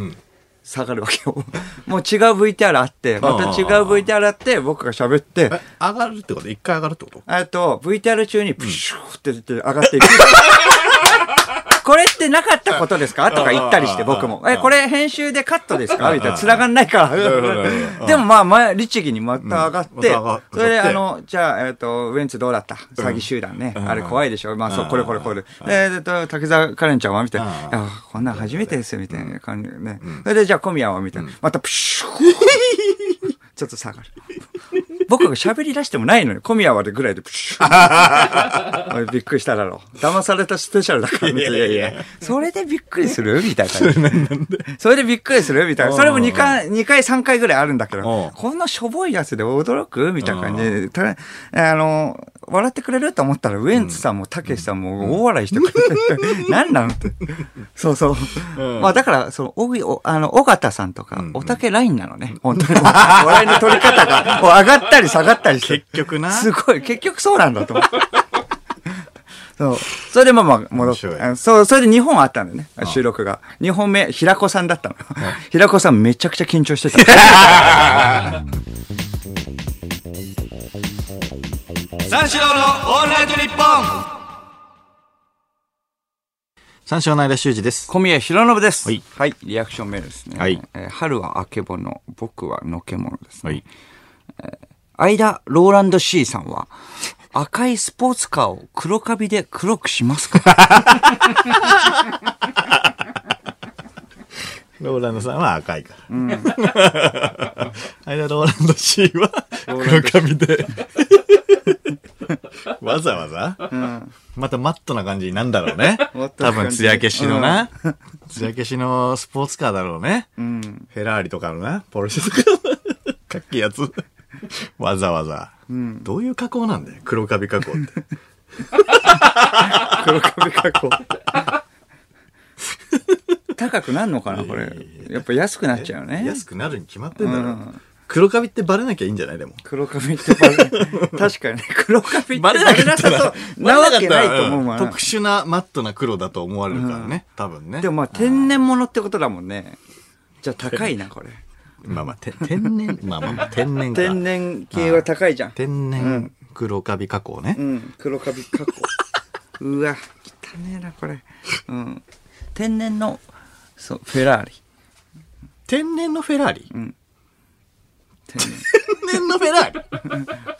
下がるわけよ。もう違う VTR あって、また違う VTR あって、僕が喋って、
え上がるってこと一回上がるってこと
あと、VTR 中にプシューって言って上がっていく。 これってなかったことですかとか言ったりして、僕も。え、これ編集でカットですかみたいな。繋がんないか
るほどなるほ
ら。でもまあ、前、律儀にまた上がっ
うん
て
また上がっ、
それで、
上がって
あの、じゃあ、えっと、ウエンツどうだった詐欺集団ね。あれ怖いでしょまあ、そう、これこれこれ。でえっと、竹澤カレンちゃんはみたいな。いやこんなん初めてですよ、みたいな感じでね。それで、じゃあ小宮はみたいな。また、プシューちょっと下がる。僕が喋り出してもないのに、小宮はでぐらいでプシューおいびっくりしただろう。騙されたスペシャルだから、みたいな。いやいや それでびっくりするみたいな感じ。それでびっくりするみたいな。それも2回、二回、3回ぐらいあるんだけ
おう
ど、こんなしょぼいやつで驚くみたいな感じで、たあの、笑ってくれると思ったら、ウエンツさんもたけしさんも大笑いしてくれ て、何なのって。そうそう。まあだから、その、おぎ、おあの、尾形さんとか、おたけラインなのね。本当に。笑いの取り方が、こう上がったり下がったり して。
結局な。
すごい、結局そうなんだと思って。そう。それでまあまあ戻っ
面白い
て。あそう、それで2本あったんだよね、収録が。2本目、平子さんだったの。平子さんめちゃくちゃ緊張してた。
三四郎のオールナイトニッポン三四郎の間修二です。
小宮浩信です。
はい。
リアクションメールですね。
はい
えー春はあけぼの、僕はのけものですね。
はい。
間、ローランド C さんは、赤いスポーツカーを黒カビで黒くしますか
ローランドさんは赤いから。うん。間ローランド C は黒髪で。わざわざ、またマットな感じになんだろうね
マッ。トな
多
感じ
分、艶消しのな。艶消しのスポーツカーだろうね。
うん。
フェラーリとかのな、ポルシェとかのかっけえやつ。わざわざ。どういう加工なんだよ。黒カビ加工って。
黒カビ加工。高くなんのかなこれ。やっぱ安くなっちゃうよ ね。
安くなるに決まってんだ
う
ろ
ん。
黒カビってバレなきゃいいんじゃないでも。
黒髪ってバレ ない確かにね、黒髪ってバレなさそう。なわけないと思うもん
ん
な
特殊なマットな黒だと思われるからね。多分ね。
でもまあ天然物ってことだもんね。じゃあ高いな、これ。
まあまあ、て天然、まあまあまあ、天然か。
天然系は高いじゃん。
天然黒カビ加工ね。
うん、黒髪加 工。うわ、汚ねえな、これ。うん。天然の、そう、フェラーリ。
天然のフェラーリ
天
天
然。
然のフェラーリ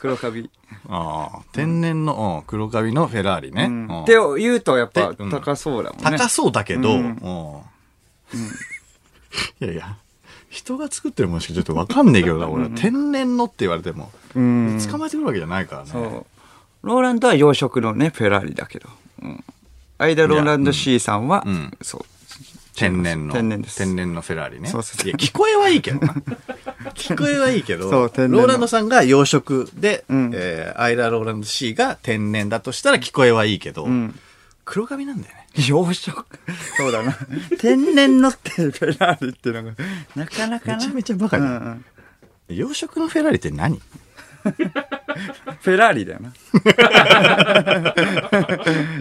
黒髪。
ああ、天然の、うん黒カビのフェラーリね。
うん
うん
って言うとやっぱ
でうん
高そうだもんね。
高そうだけど、
うん
うん いやいや、人が作ってるものしかちょっとわかんねえけどな、俺。天然のって言われても、
うん
捕まえてくるわけじゃないからね。
そう。ローランドは洋食のね、フェラーリだけど。うん。間ローランド C さんは、
いやうん
そう。
天然の。
天然です
天然のフェラーリね。
そうそうそう
いや、聞こえはいいけど な。聞こえはいいけど、
そう天然の
ローランドさんが養殖で、
ん
えーアイラ・ローランド C が天然だとしたら聞こえはいいけど、
ん
黒髪なんだよね。
洋食。そうだな。天然のってフェラーリってのが、なかなか
め
な。
ちゃめちゃバカ
う
だ
ん
よ、
うん
養殖のフェラーリって何
フェラーリだよな。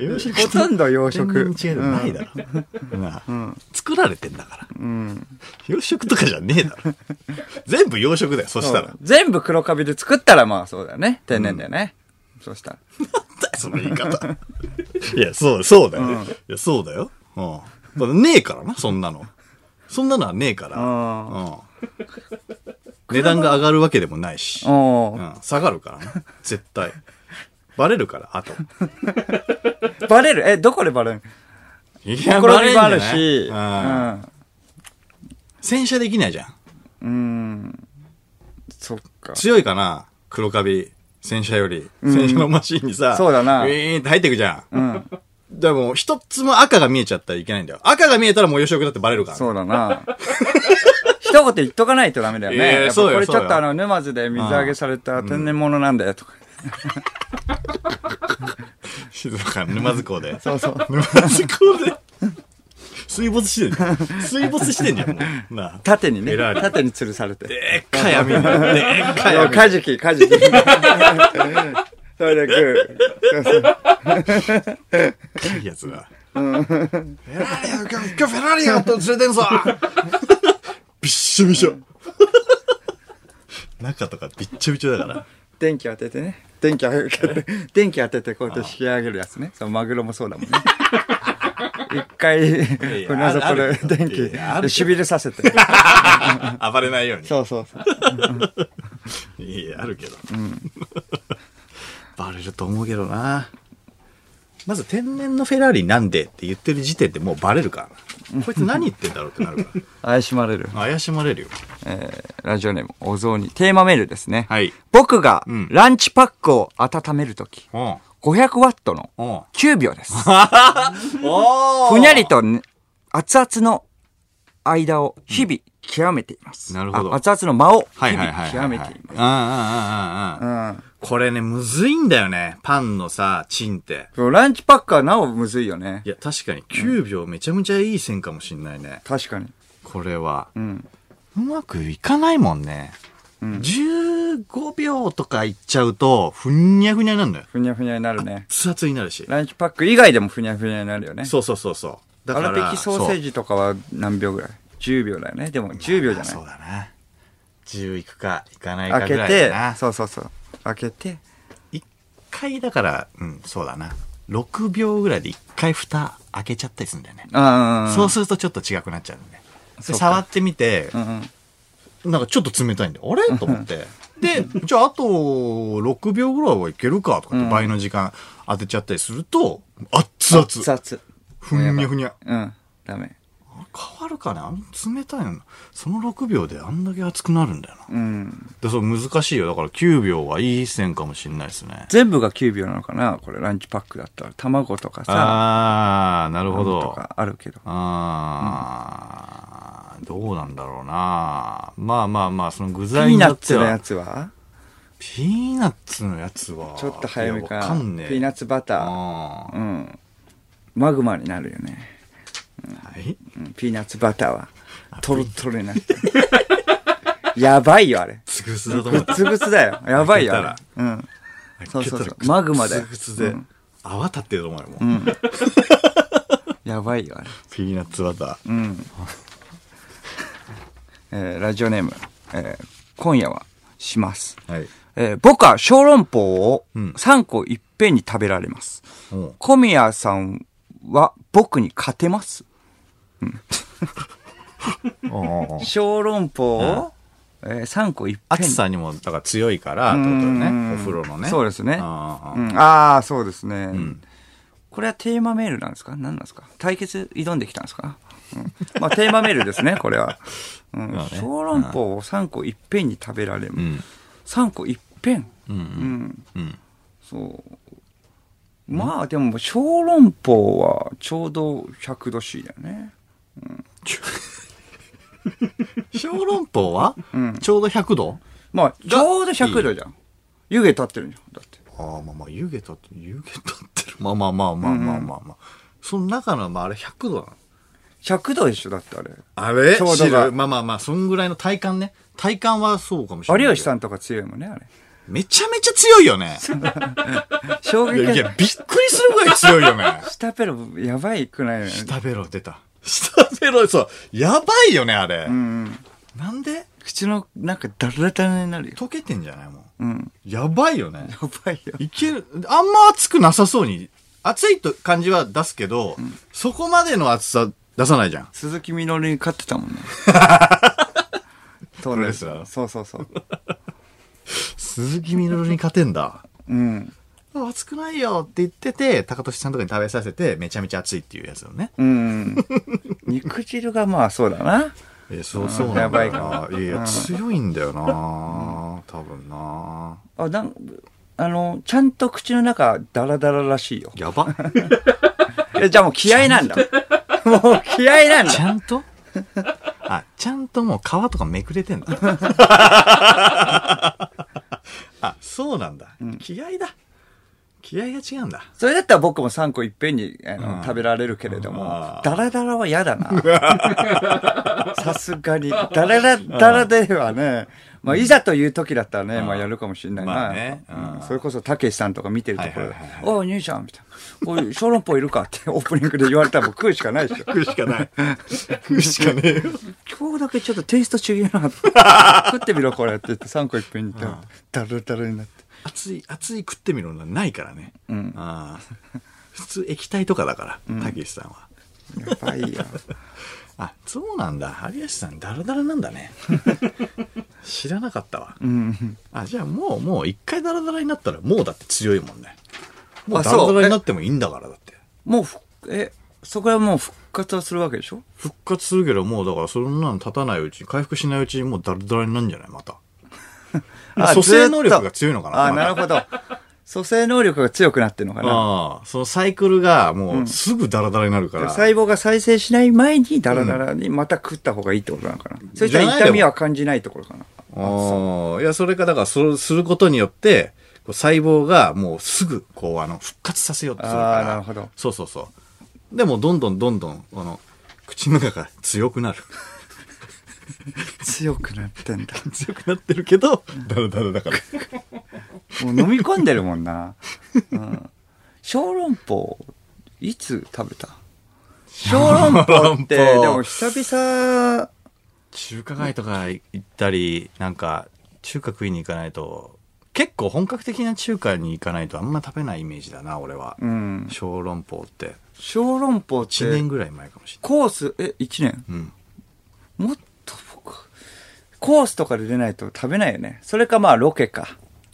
養殖
ほとんど洋食。
全然違うのないだろ。なあ作られてんだから。
うん。
養殖とかじゃねえだろ。全部養殖だよ、そしたら。なん
全部黒カビで作ったらまあそうだよね。天然だよね。そうしたら。
だよその言い方。 いや、そう、そうだよ。いや、そうだよ。うん。だからねえからな、そんなの。そんなのはねえから。
う
うん。値段が上がるわけでもないし。
お
う
ー
ん。下がるからな。絶対。バレるから、 あと。
バレるえ、どこでバレる
い
黒カビもあるし。
うん。洗車できないじゃん。
うん。うん。そっか。
強いかな黒カビ。洗車より。洗車のマシンにさ、
そうだな
ウィーンって入ってくじゃん。
うん。
でも、一つも赤が見えちゃったらいけないんだよ。赤が見えたらもう養殖だってバレるから。
そうだな。一言言っとかないとダメだよね。
いやいや
やっぱ
そうよ
これち
そ
ょ
う
っ
よ
とあの、沼津で水揚げされた天然物なんだよとか。
静岡の沼津港で。
そうそう。
沼津港で。水没してんじゃん。水没してんじゃん、もう。なあ。
縦にね
フェラー。リ
縦に吊るされて。
でっかい網。でっかい網。
カジキ、カジキ。 それでグ
でっかいやつだ。フェラーリよ、今日今日フェラーリよ、連れてんぞびっしょびしょ。中とかびっちょびちょだから。
ー。電気当ててね。電気当てて、電気当ててこうやって引き上げるやつね。そのマグロもそうだもんね。一回、
いや
船底
ある
で
けど
電
いやあるけど
気、しびれさ せて。
暴れないように。
そうそうそう。
いや、あるけど。 バレると思うけどな。まず天然のフェラーリなんでって言ってる時点でもうバレるからな。こいつ何言ってんだろうってなる か
怪しまれる。
ら。怪しまれるよ。
えーラジオネーム、お雑煮。テーマメールですね。
はい
僕が
うん、
ランチパックを温めるとき、
うん。
500ワットの
うん。
9秒です。
お
ふにゃりとね、熱々の間を日々極めています。
うんなるほど
あ熱々の間を
は
日
いはいはいはいは
々
い。
極めています。
うんうんうんうんうん。
うん
これね、むずいんだよね。パンのさ、チンって。
そうランチパックはなおむずいよね
い。や、確かに9秒めちゃめちゃいい線かもしんないね。
確かに。
これは。
うん。
うまくいかないもんね。15秒とかいっちゃうと、ふにゃふにゃになるのよ。
ふにゃふにゃになるね。
熱々になるし。
ランチパック以外でもふにゃふにゃになるよね。
そうそうそうそう。だ
ア
から。
ルペキソーセージとかは何秒ぐらい ?10 秒だよね。でも10秒じゃ
そう
な
だな。10いくか、いかない
い。
か
開
ぐ
け
らい
て
だな。、
そうそうそう。開けて、
一回だから、うん、そうだな。6秒ぐらいで一回蓋開けちゃったりするんだよね。
あ
そうするとちょっと違くなっちゃうんで。で
そうか
触ってみて、
うんうん。
なんかちょっと冷たいんで、あれと思って。で、じゃああと6秒ぐらいはいけるかとかって倍の時間当てちゃったりすると、熱々。
熱
ふにゃふにゃ。
々。うん。ダメ。
変わるかねあの冷たいの。その6秒であんだけ熱くなるんだよな。
うん。
で、そう難しいよ。だから9秒はいい線かもしれないですね。
全部が9秒なのかなこれランチパックだったら。卵とかさ、
ああー、なるほ
と
ど。
かあるけど。
ああ、どうなんだろうな。まあまあまあ、その具
ピ
材
ー
によ
ナッ
って
ツの
は
や。つは
ピーナッツのやつは。
ちょっと早めか。
いやわかんねえ。
ピーナッツバター。
あー
うん。マグマになるよね。
はい。
うんピーナッツバターは。トロトロに なって。やばいよ、あれ。
つぐすだと
ぐ
思っ。
ったつぐつだ よ。やばいよ、あ
開け
れ。うん。 そうそうそう
開けたら
マグマだよ
ぐつぐつで
うん。
泡立ってると思うよ、もう。
やばいよ、あれ。
ピーナッツバター。
うん。 えーラジオネーム、えー今夜はします。
はい。
えー僕は小籠包を
うん
3個いっぺんに食べられます。
うん
小宮さんは僕に勝てます
うん。
小籠包を、え3個いっぺん
暑さにも、だから強いから、ってことよね。お風呂のね。
そうですね。
あ
う
ー
ん、ああ、そうですね、
ん
これはテーマメールなんですか何なんですか対決挑んできたんですか、うん、まあテーマメールですね、これは。うん
まあね
小籠包を3個いっぺんに食べられる。
ん
3個いっぺん、
うんう
うんん、
うん。
そう。まあでも小籠包はちょうど100度 C だよね。
小籠包はちょうど100度
まあちょうど100度じゃん。湯気立ってるじゃん。だって。
ああ、まあまあ、湯気立ってる、湯気立ってる。まあまあまあまあまあまあまあ。その中の、まああれ100度なの。
100度でしょだってあれ。
あれ
ちょうどが
知るまあまあまあ、そんぐらいの体感ね。体感はそうかもしれないけど。
有吉さんとか強いもんね、あれ。
めちゃめちゃ強いよ ね。
衝
いやい
撃
や、びっくりするぐらい強いよ ね。
下ペロやばいくないのよね。
下ベロ出た。下ベロ、そう。やばいよね、あれ。
うん。
なんで
口の中ダラダラになるよ。
溶けてんじゃないもう。
うん。
やばいよね。
やばいよ。
いける、あんま熱くなさそうに、熱いと感じは出すけど、そこまでの熱さ出さないじゃん。
鈴木みのりに勝ってた もんね。そ
プロ
うで
レ
す
スラー
そうそうそう。
鈴木みのるに勝てん だ。
うん。
熱くないよって言ってて、高俊さんとかに食べさせて、めちゃめちゃ熱いっていうやつよね。
うん。肉汁がまあそうだな。
え、そうそうな
や
んだ
ば
よ
い
な
か。
いやいや、強いんだよな多分な
あ、なん、あの、ちゃんと口の中ダラダラらしいよ。
やば。
え、じゃあもう気合なんだ。もう気合なん
ち
だ。
ゃんとあ、ちゃんともう皮とかめくれてんだ。 あ、そうなんだ。気合だ。気合が違うんだ。
それだったら僕も3個いっぺんにあの、
うん
食べられるけれども
あ、ー
ダラダラは嫌だな。さすがに。ダラダラではね、まあいざという時だったらね、まあやるかもしれないな。
まあねうん
うんそれこそたけしさんとか見てるところ
は
で
いはいはい、
おい兄ちゃんみたいな。おい、小籠包いるかって オープニングで言われたらもう食うしかないでしょ。
食うしかない。食うしかねえよ。
今日だけちょっとテイスト違えな。 食ってみろこれって言って3個いっぺんに食べて、ダラダラになって。
熱い、熱い食ってみるのはないからね。
うん
ああ普通液体とかだから、たけしさんは。
やばいよ。
あ、そうなんだ。有吉さん、ダラダラなんだ ね。知らなかったわ。
うん。
あ、じゃあもう、もう、一回ダラダラになったら、もうだって強いもんね。もう
あ
ダ
そ
ラ
う
ダラになってもいいんだから、だって。
もうふ、え、そこはもう復活はするわけでしょ
復活するけど、もうだから、そんなの立たないうち、回復しないうちに、もうダラダラになるんじゃないまた。
あ
蘇生能
ずっ
力
と
が強いのかな
あ、なるほど。蘇生能力が強くなってるのかな。
ああ、そのサイクルが、もう、すぐダラダラになるから。
細胞が再生しない前にダラダラにまた食った方がいいってことなのかな。それじゃ
じゃない
痛みは感じないところ かな。
ああ、いや、それか、だから、そうすることによって、こう細胞がもうすぐ、こう、あの、復活させようとするから。
あーなるほど
そうそうそう。でも、どんどんどんどん、あの、口の中が強くなる。
強くなってんだ。
強くなってるけど、だらだらだから。
もう飲み込んでるもんな。うん。小籠包、いつ食べた小籠包って、
小籠包
でも久々、
中華街とか行ったり、なんか、中華食いに行かないと、結構本格的な中華に行かないとあんま食べないイメージだな、俺は。
うん。
小籠包って。
小籠包って、
1年ぐらい前かもし
コース、え、1年
れない。うん。
もっと僕、コースとかで出ないと食べないよね。それかまあロケか。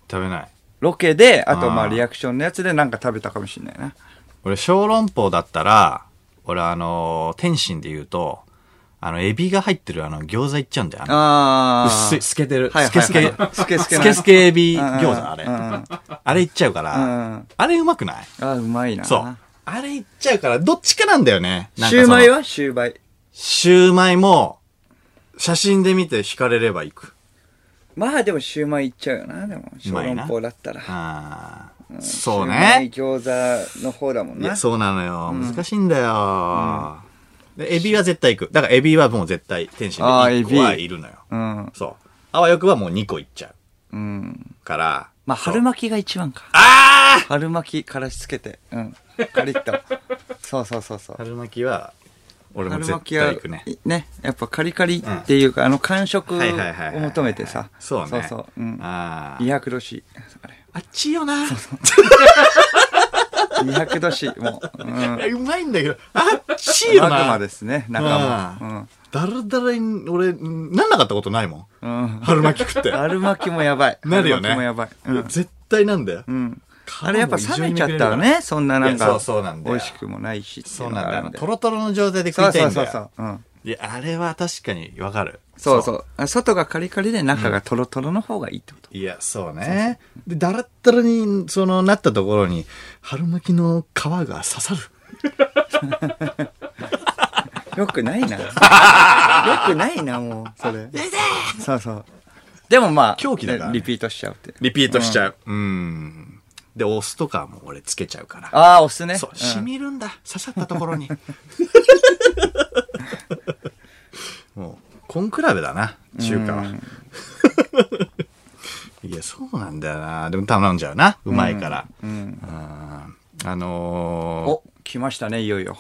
食べない。
ロケで、あとま
あ
あ
ー
リアクションのやつでなんか食べたかもしれないな。
俺、小籠包だったら、俺、あのー天津で言うと、あの、エビが入ってるあの、餃子いっちゃうんだよ。あの
あー
薄い、透けてる。
はい
ス
はい
ケ
はい
ス ケ。
スケスケな
スケスケエビ
うんうん
餃子、あれ。
うんうん
あれいっちゃうから、
うん。
あれうまくない
あ、うまいな。
そう。あれいっちゃうから、どっちかなんだよね。なん
シ
か
ュー
その
マイはシューマイ。
シューマイも、写真で見て惹かれれば行く。
まあでもシューマイいっちゃうよな、でも。小
まい
籠
な
包だったら。
あーそう
シ
ね。
ューマイ餃子の方だもん
い
な。
や、そうなのよ。難しいんだよ。でエビは絶対行く。だからエビはもう絶対、天津で
あー
1個は
エビ
いるのよ。
うん。
そう。あわよくはもう2個いっちゃう
うん。
から。
まあ
そう
春巻きが一番か。
ああ
春巻きからしつけて。うん。カリッと。そうそうそうそう。
春巻きは、俺も
春
絶
巻きは
対行くね。
ね、やっぱカリカリっていうか、あの感触を
はいはいはいはい。
求めてさ。
そうね。
そうそう。うん。
ああ。
200度 C。あれ
あっちいよな。
200度 C。も う。うん。
うまいんだけど、あっちいよな。
マグマですね、仲間。
だらだらに、俺、なんなかったことないもん。
うん。うん。
春巻き食って。
春巻きもやばい。
なるよね
春巻きもやばい。うん
絶対なんだよ。
うん。
皮も
あれやっぱ冷めちゃ
異常
ったら
にめくれるか
ね、そんななん
いやそ
か
うそうなん、だ
美
よ
味しくもないしってい
そうう
の
なん
が
だ
あ
よ
る
な。
んで
トロトロの状態で食い
そう
たい
そうんそう
だ
そ
よ
う。。うん。
いや、あれは確かにわかる。
そうそう。あ外がカリカリで中がトロトロの方がいいってこと。
いや、そうね。で、だらったらに、その、なったところに、春巻きの皮が刺さる。
よくない な。よくないな、もう、それ。そうそう。でもまあ、
狂気だからね
リピートしちゃうって。
リピートしちゃう。うん。で、お酢とかも俺つけちゃうから。
ああ、お酢ね。
そう、
ん
染みるんだ。刺さったところ に。もう、コンクラベだな、中華は。 いや、そうなんだよな。でも頼んじゃうな。うまいから。
うん。
うんあのー、
お、来ましたね、いよ いよ。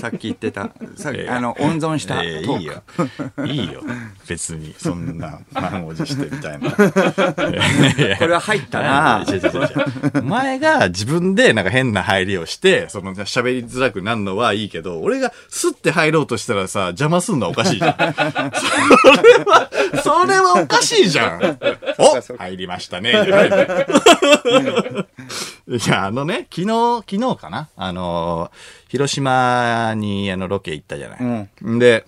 さっき言ってた、さっ
いやい
き、
や
あの、温存したト
ええ
ーク。
いいよ。いいよ。別に、そん な、満を持してみたいな。
これは入った な。
違う違う違う違う前が自分でなんか変な入りをして、その喋りづらくなるのはいいけど、俺がスッて入ろうとしたらさ、邪魔すんのはおかしいじゃん。それは、それはおかしいじゃん。
かそ
お
うか
入りましたね。じゃないのよいや、あのね、昨日、昨日かなあのー、広島にあのロケ行ったじゃない。で、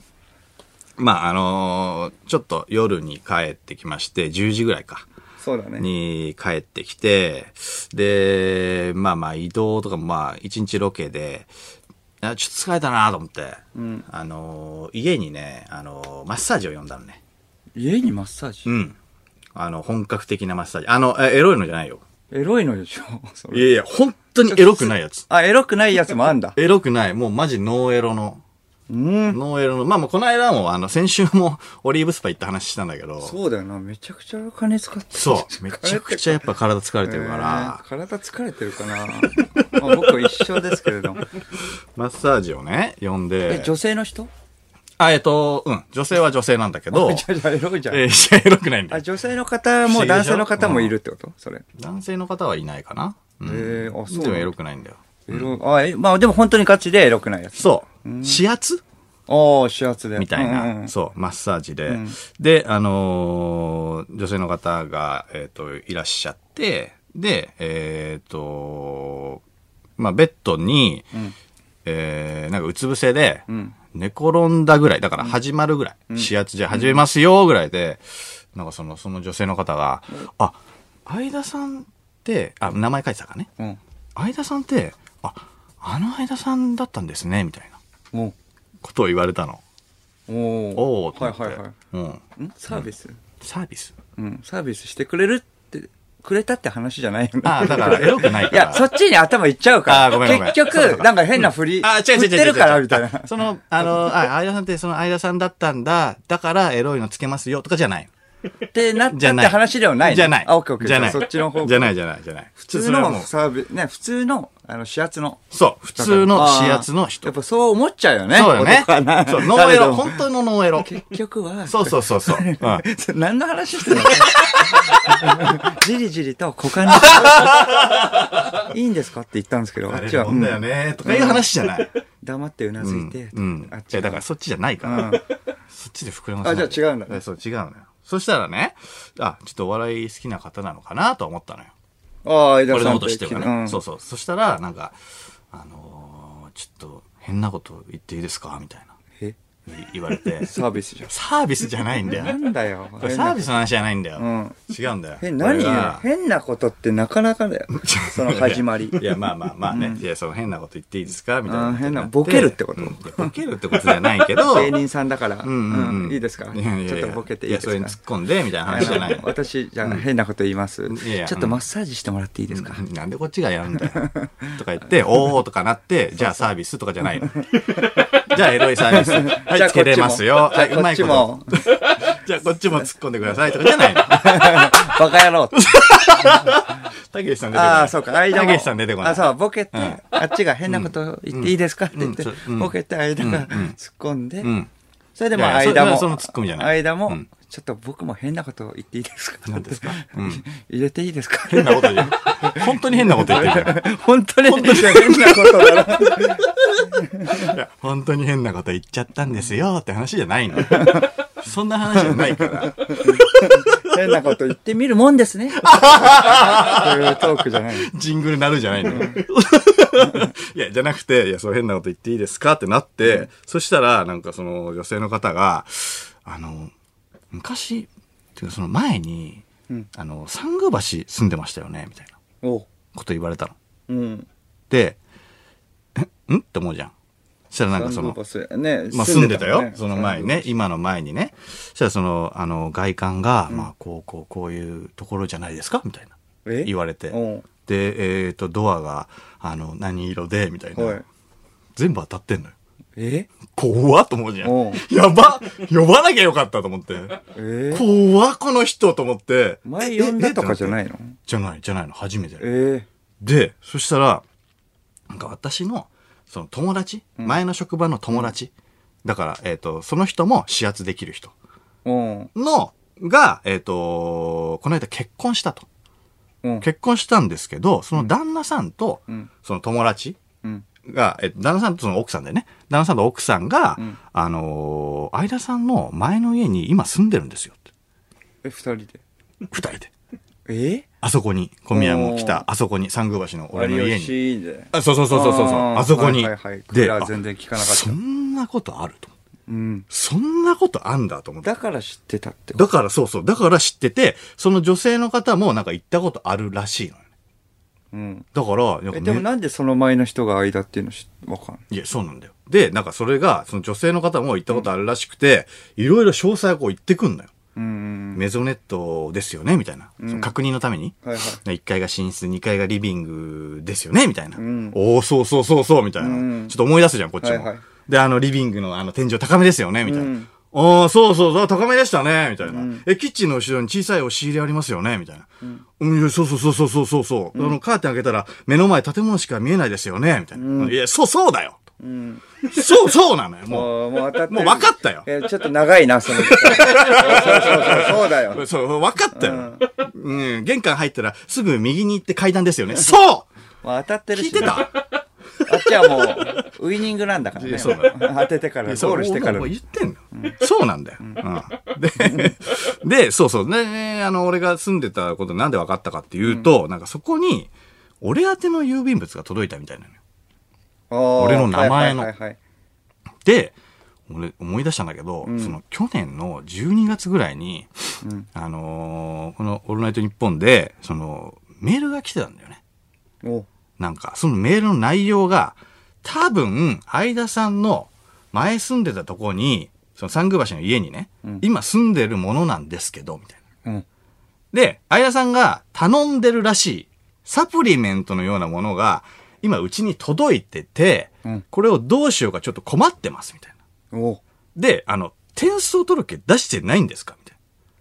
まあ、あのーちょっと夜に帰ってきまして、10時ぐらいか。
そうだね。
に帰ってきて、で、まあまあ移動とかもまあ一日ロケで、あちょっと疲れたなと思って、あの、家にね、あの、マッサージを呼んだのね。
家にマッサージ
うん。あの、本格的なマッサージ。あの、えエロいのじゃないよ。
エロいの でしょそ
い
れ
やいや、本当にエロくないやつ。
あ、エロくないやつもあんだ。
エロくない。もうマジノーエロの。
うん。
ノーエロの。まあもうこの間も、あの、先週も オリーブスパ行った話したんだけど、
そうだよな。めちゃくちゃ金使ってる
そう。めちゃくちゃやっぱ体疲れてるから
えー、体疲れてるかな まあ僕は一緒ですけれども
マッサージをね、呼んで
え。女性の人
あ、えっと、うん。女性は女性なんだけど、
じゃあじゃあエロいじゃん、
えー、試合エロくないんだ
あ
よ。
女性の方も男性の方もいるってことそれ、
男性の方はいないかな。うん
えー、あそう
でも
な
エ
ん
ロ
だ
くないんだよ。
エロあえまあでも本当にガチでエロくないやつ
そ指圧
おー、指圧で。
みたいな、
うん
そう、マッサージで。で、あのー女性の方が、えっ、と、いらっしゃって、で、えっ、と、まあ、ベッドに、えーなんかうつ伏せで、寝転んだぐらい、だから始まるぐらい、指圧じゃ始めますよ、ぐらいで、なんかその、その女性の方が、あ、相田さんって、あ、名前書いてたからね。
うんうん
相田さんって、あ、あの相田さんだったんですね、みたいな
お
ことを言われたの。
ーお
おおと
は
思
い
って、
はいはい。
うん、
んサービス
サービス
うん、サービスしてくれるって、くれたって話じゃないよね。
ああだからエロくない
い
から
や、そっちに頭いっちゃうか
あーごめんごめん
ら。結局、なんか変な振り、
あ、違う違う違う違
振っ
う。
てるから、みたいな。
その、あの、あ、相田さんって、その相田さんだったんだ、だからエロいのつけますよ、とかじゃない。
ってなったっ
じ
て
ゃない。
話ではないね。
じゃない。
あ、オッケーオッケー。
じゃない。
そっちの方
じゃないじゃないじゃない。普
普通のサービス、ね、普通の、あの、指圧の。
そう、普通の指圧の人。
やっ
そ
ぱそう思っちゃうよね。
うよね
男はな。
そう、ノーエ
誰で
ロ。
も
本当のノーエロ。
結局は、
そうそうそうそう。 うん。
それ何の話してんの じりじりと股間 に。いいんですかって言ったんですけど、あっちは、
もんだよね、とかいう話じゃない。
うん黙ってうなずいて、
うん。
あっ
いや、
ち
だ
が
からそっちじゃないから。
うん
そっちで膨らませない
あじゃあ違うんだ
えそう、違うのよ。そしたらね、あ、ちょっとお笑い好きな方なのかなと思ったのよ。
ああ、井田
俺
さ
の
ん
ことしてはね、
うん
そうそう。そしたら、なんか、あのーちょっと変なこと言っていいですかみたい
え
な。い言われ て。
サービスじゃん。
サービスじゃないんだよ。
なんだ よ。
これサービスの話じゃないんだよ。
うん
違うんだよ。
え、何
これが
変なことってなかなかだよ。その始まり
い。やいや、まあまあまあね。いや、その変なこと言っていいですかみたいな
あー
ことにって。
変なボケるってこと
うんいやボケるってことじゃないけど。
芸人さんだから、
うんうんうん
いいですか
いやいやい
ち
や
ょっとボケていいですか
や、それに突っ込んで、みたいな話じゃない
あの。私、じゃあ変なこと言います。
いやいや
ちょっとマッサージしてもらっていいですか、
うんなんでこっちがやるんだよ。とか言 って、おおとかなって、じゃあサービスとかじゃないの。じゃあエロいサービス。 は
じゃあ
い、つけれますよ。は
じゃあ
い、う
こ
ま
っ
い
ち
こと。
も、
じゃあこっちも突っ込んでくださいとかじゃない の。
バカ野郎って。
たけしさん出てこない。
ああ、そうか、間
た
も。
けしさん出てこない。
あ、そう、ボケて、あっちが変なこと言っていいですかって言って
うんうんそうう、ん
ボケて間が突っ込んで
う、ん。
それでも
いやいや
間も、
そそのツッコミじゃない
間も、
うん
ちょっと僕も変なこと言っていいですか
何ですかうん
入れていいですか
変なこと言う。本当に変なこと言ってるから。
本当に変なことだな。
いや本当に変なこと言っちゃったんですよって話じゃないの。 そんな話じゃないから。
変なこと言ってみるもんです ね。そういうトークじゃない。
ジングルなるじゃないのよ。 いや、じゃなくて、いや、そう変なこと言っていいですかってなって、そしたら、なんかその女性の方が、あの、昔、っていうかその前に、
うん
あの、三宮橋住んでましたよね、みたいな
おう。
こと言われたの。
うん。
で、えんって思うじゃん。そしたらなんかそ
サン
の
ド、バスね。
まあ住んでたよ。
ね
その前にね。今の前にね。そしたらその、あの、外観が、まあ、こう、こう、こういうところじゃないですかみたいな。
え
言われて。
おう
で、えっ、と、ドアが、あの、何色で、みたい
おい
な。。全部当たってんのよ。
え
怖っと思うじゃん
うん。
やば呼ばなきゃよかったと思って。
え
怖っこの人と思って。
前呼んだとかじゃないいの
じゃない、じゃないの。初めて。
え
で、そしたら、なんか私の、その友達、前の職場の友達。だから、えっ、と、その人も指圧できる人
え。うん。
の、が、えっ、と、この間結婚したと。
うん。
結婚したんですけど、その旦那さんと
うん、
その友達
うん。
が、えっと旦那さんとその奥さんでね、旦那さんと奥さんが、
うん
あのー相田さんの前の家に今住んでるんですよって。
え、二人で。
二人で。
え
あそこに、小宮も来
おー
た、あそこに、三宮橋の俺の
有
家に。
吉で。
あ、そうそうそうそうそうそう。
あー
あそこに。
はいはいはいクー
で、
ラー
あ
全然効かなかった
そんなことあると。
うん。
そんなことあんだと思って
だ。から知ってたってこ
だからそうそう。だから知ってて、その女性の方もなんか行ったことあるらしいのよね。
と。うん。
だから、なん
え、
か
でも
め
なんでその前の人が間っていうのしわかんない。
いや、そうなんだよ。で、なんかそれが、その女性の方も行ったことあるらしくて、いろいろ詳細をこう言ってくんのよ。
うん。
メゾネットですよねみたいな。その確認のために。
はいはい
1階が寝室、2階がリビングですよねみたいな。
ん
おお、そうそうそうそう、みたいな。
うん
ちょっと思い出すじゃん、こっちも。
はいはい
で、あの、リビングのあの、天井高めですよねみたいな。
うん
おーそうそうそう、高めでしたねみたいな、え、キッチンの後ろに小さい押し入れありますよねみたいな。うん、いやそうそうそうそうそうそうそう、あの、カーテン開けたら、目の前建物しか見えないですよねみたいな。いや、そうそうだよ。
うん。
そうそうなのよ、 もう。
もう、もう当たってる
もう分かったよ
え、ちょっと長いな、その 時間そうそうそう、そうだ よ。
そう、分かったよ。うん、玄関入ったらすぐ右に行って階段ですよね。そう
まあ当たってる
聞い
してね。
た
あっちはもう、ウイニングなんだから
いや
ね。
そうだよ
当ててから、ゴ
そう
ールしてか
俺。
ら
も言ってんの。そうなんだよ。 うんで、で、そうそう。ね、あの、俺が住んでたことなんで分かったかっていうと、なんかそこに、俺宛ての郵便物が届いたみたいなのよ。俺
俺
の名前の
はいはいはいはい
で、俺思い出したんだけど、その去年の12月ぐらいに、あのーこのオールナイトニッポンで、その、メールが来てたんだよね。
お
なんか、そのメールの内容が、多分、相田さんの前住んでたとこに、その三宮橋の家にね、今住んでるものなんですけど、みたいな。
うん。
で、相田さんが頼んでるらしい、サプリメントのようなものが、今うちに届いてて、
うん
これをどうしようかちょっと困ってます、みたいな。
お
で、あの、転送届出してないんですかみたい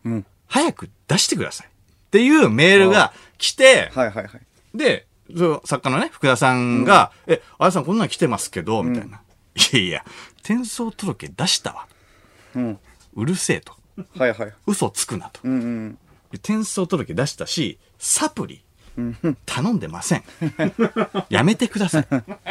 な。
うん。
早く出してください。っていうメールが来て、
はいはいはい。
で、その作家のね、福田さんが、え、あやさんこんなん来てますけど、みたいな。 いやいや、転送届出したわ。
うん。
うるせえと。
はいはい。
嘘つくなと
う。んうん。
転送届出したし、サプリ、頼んでません。 やめてくださ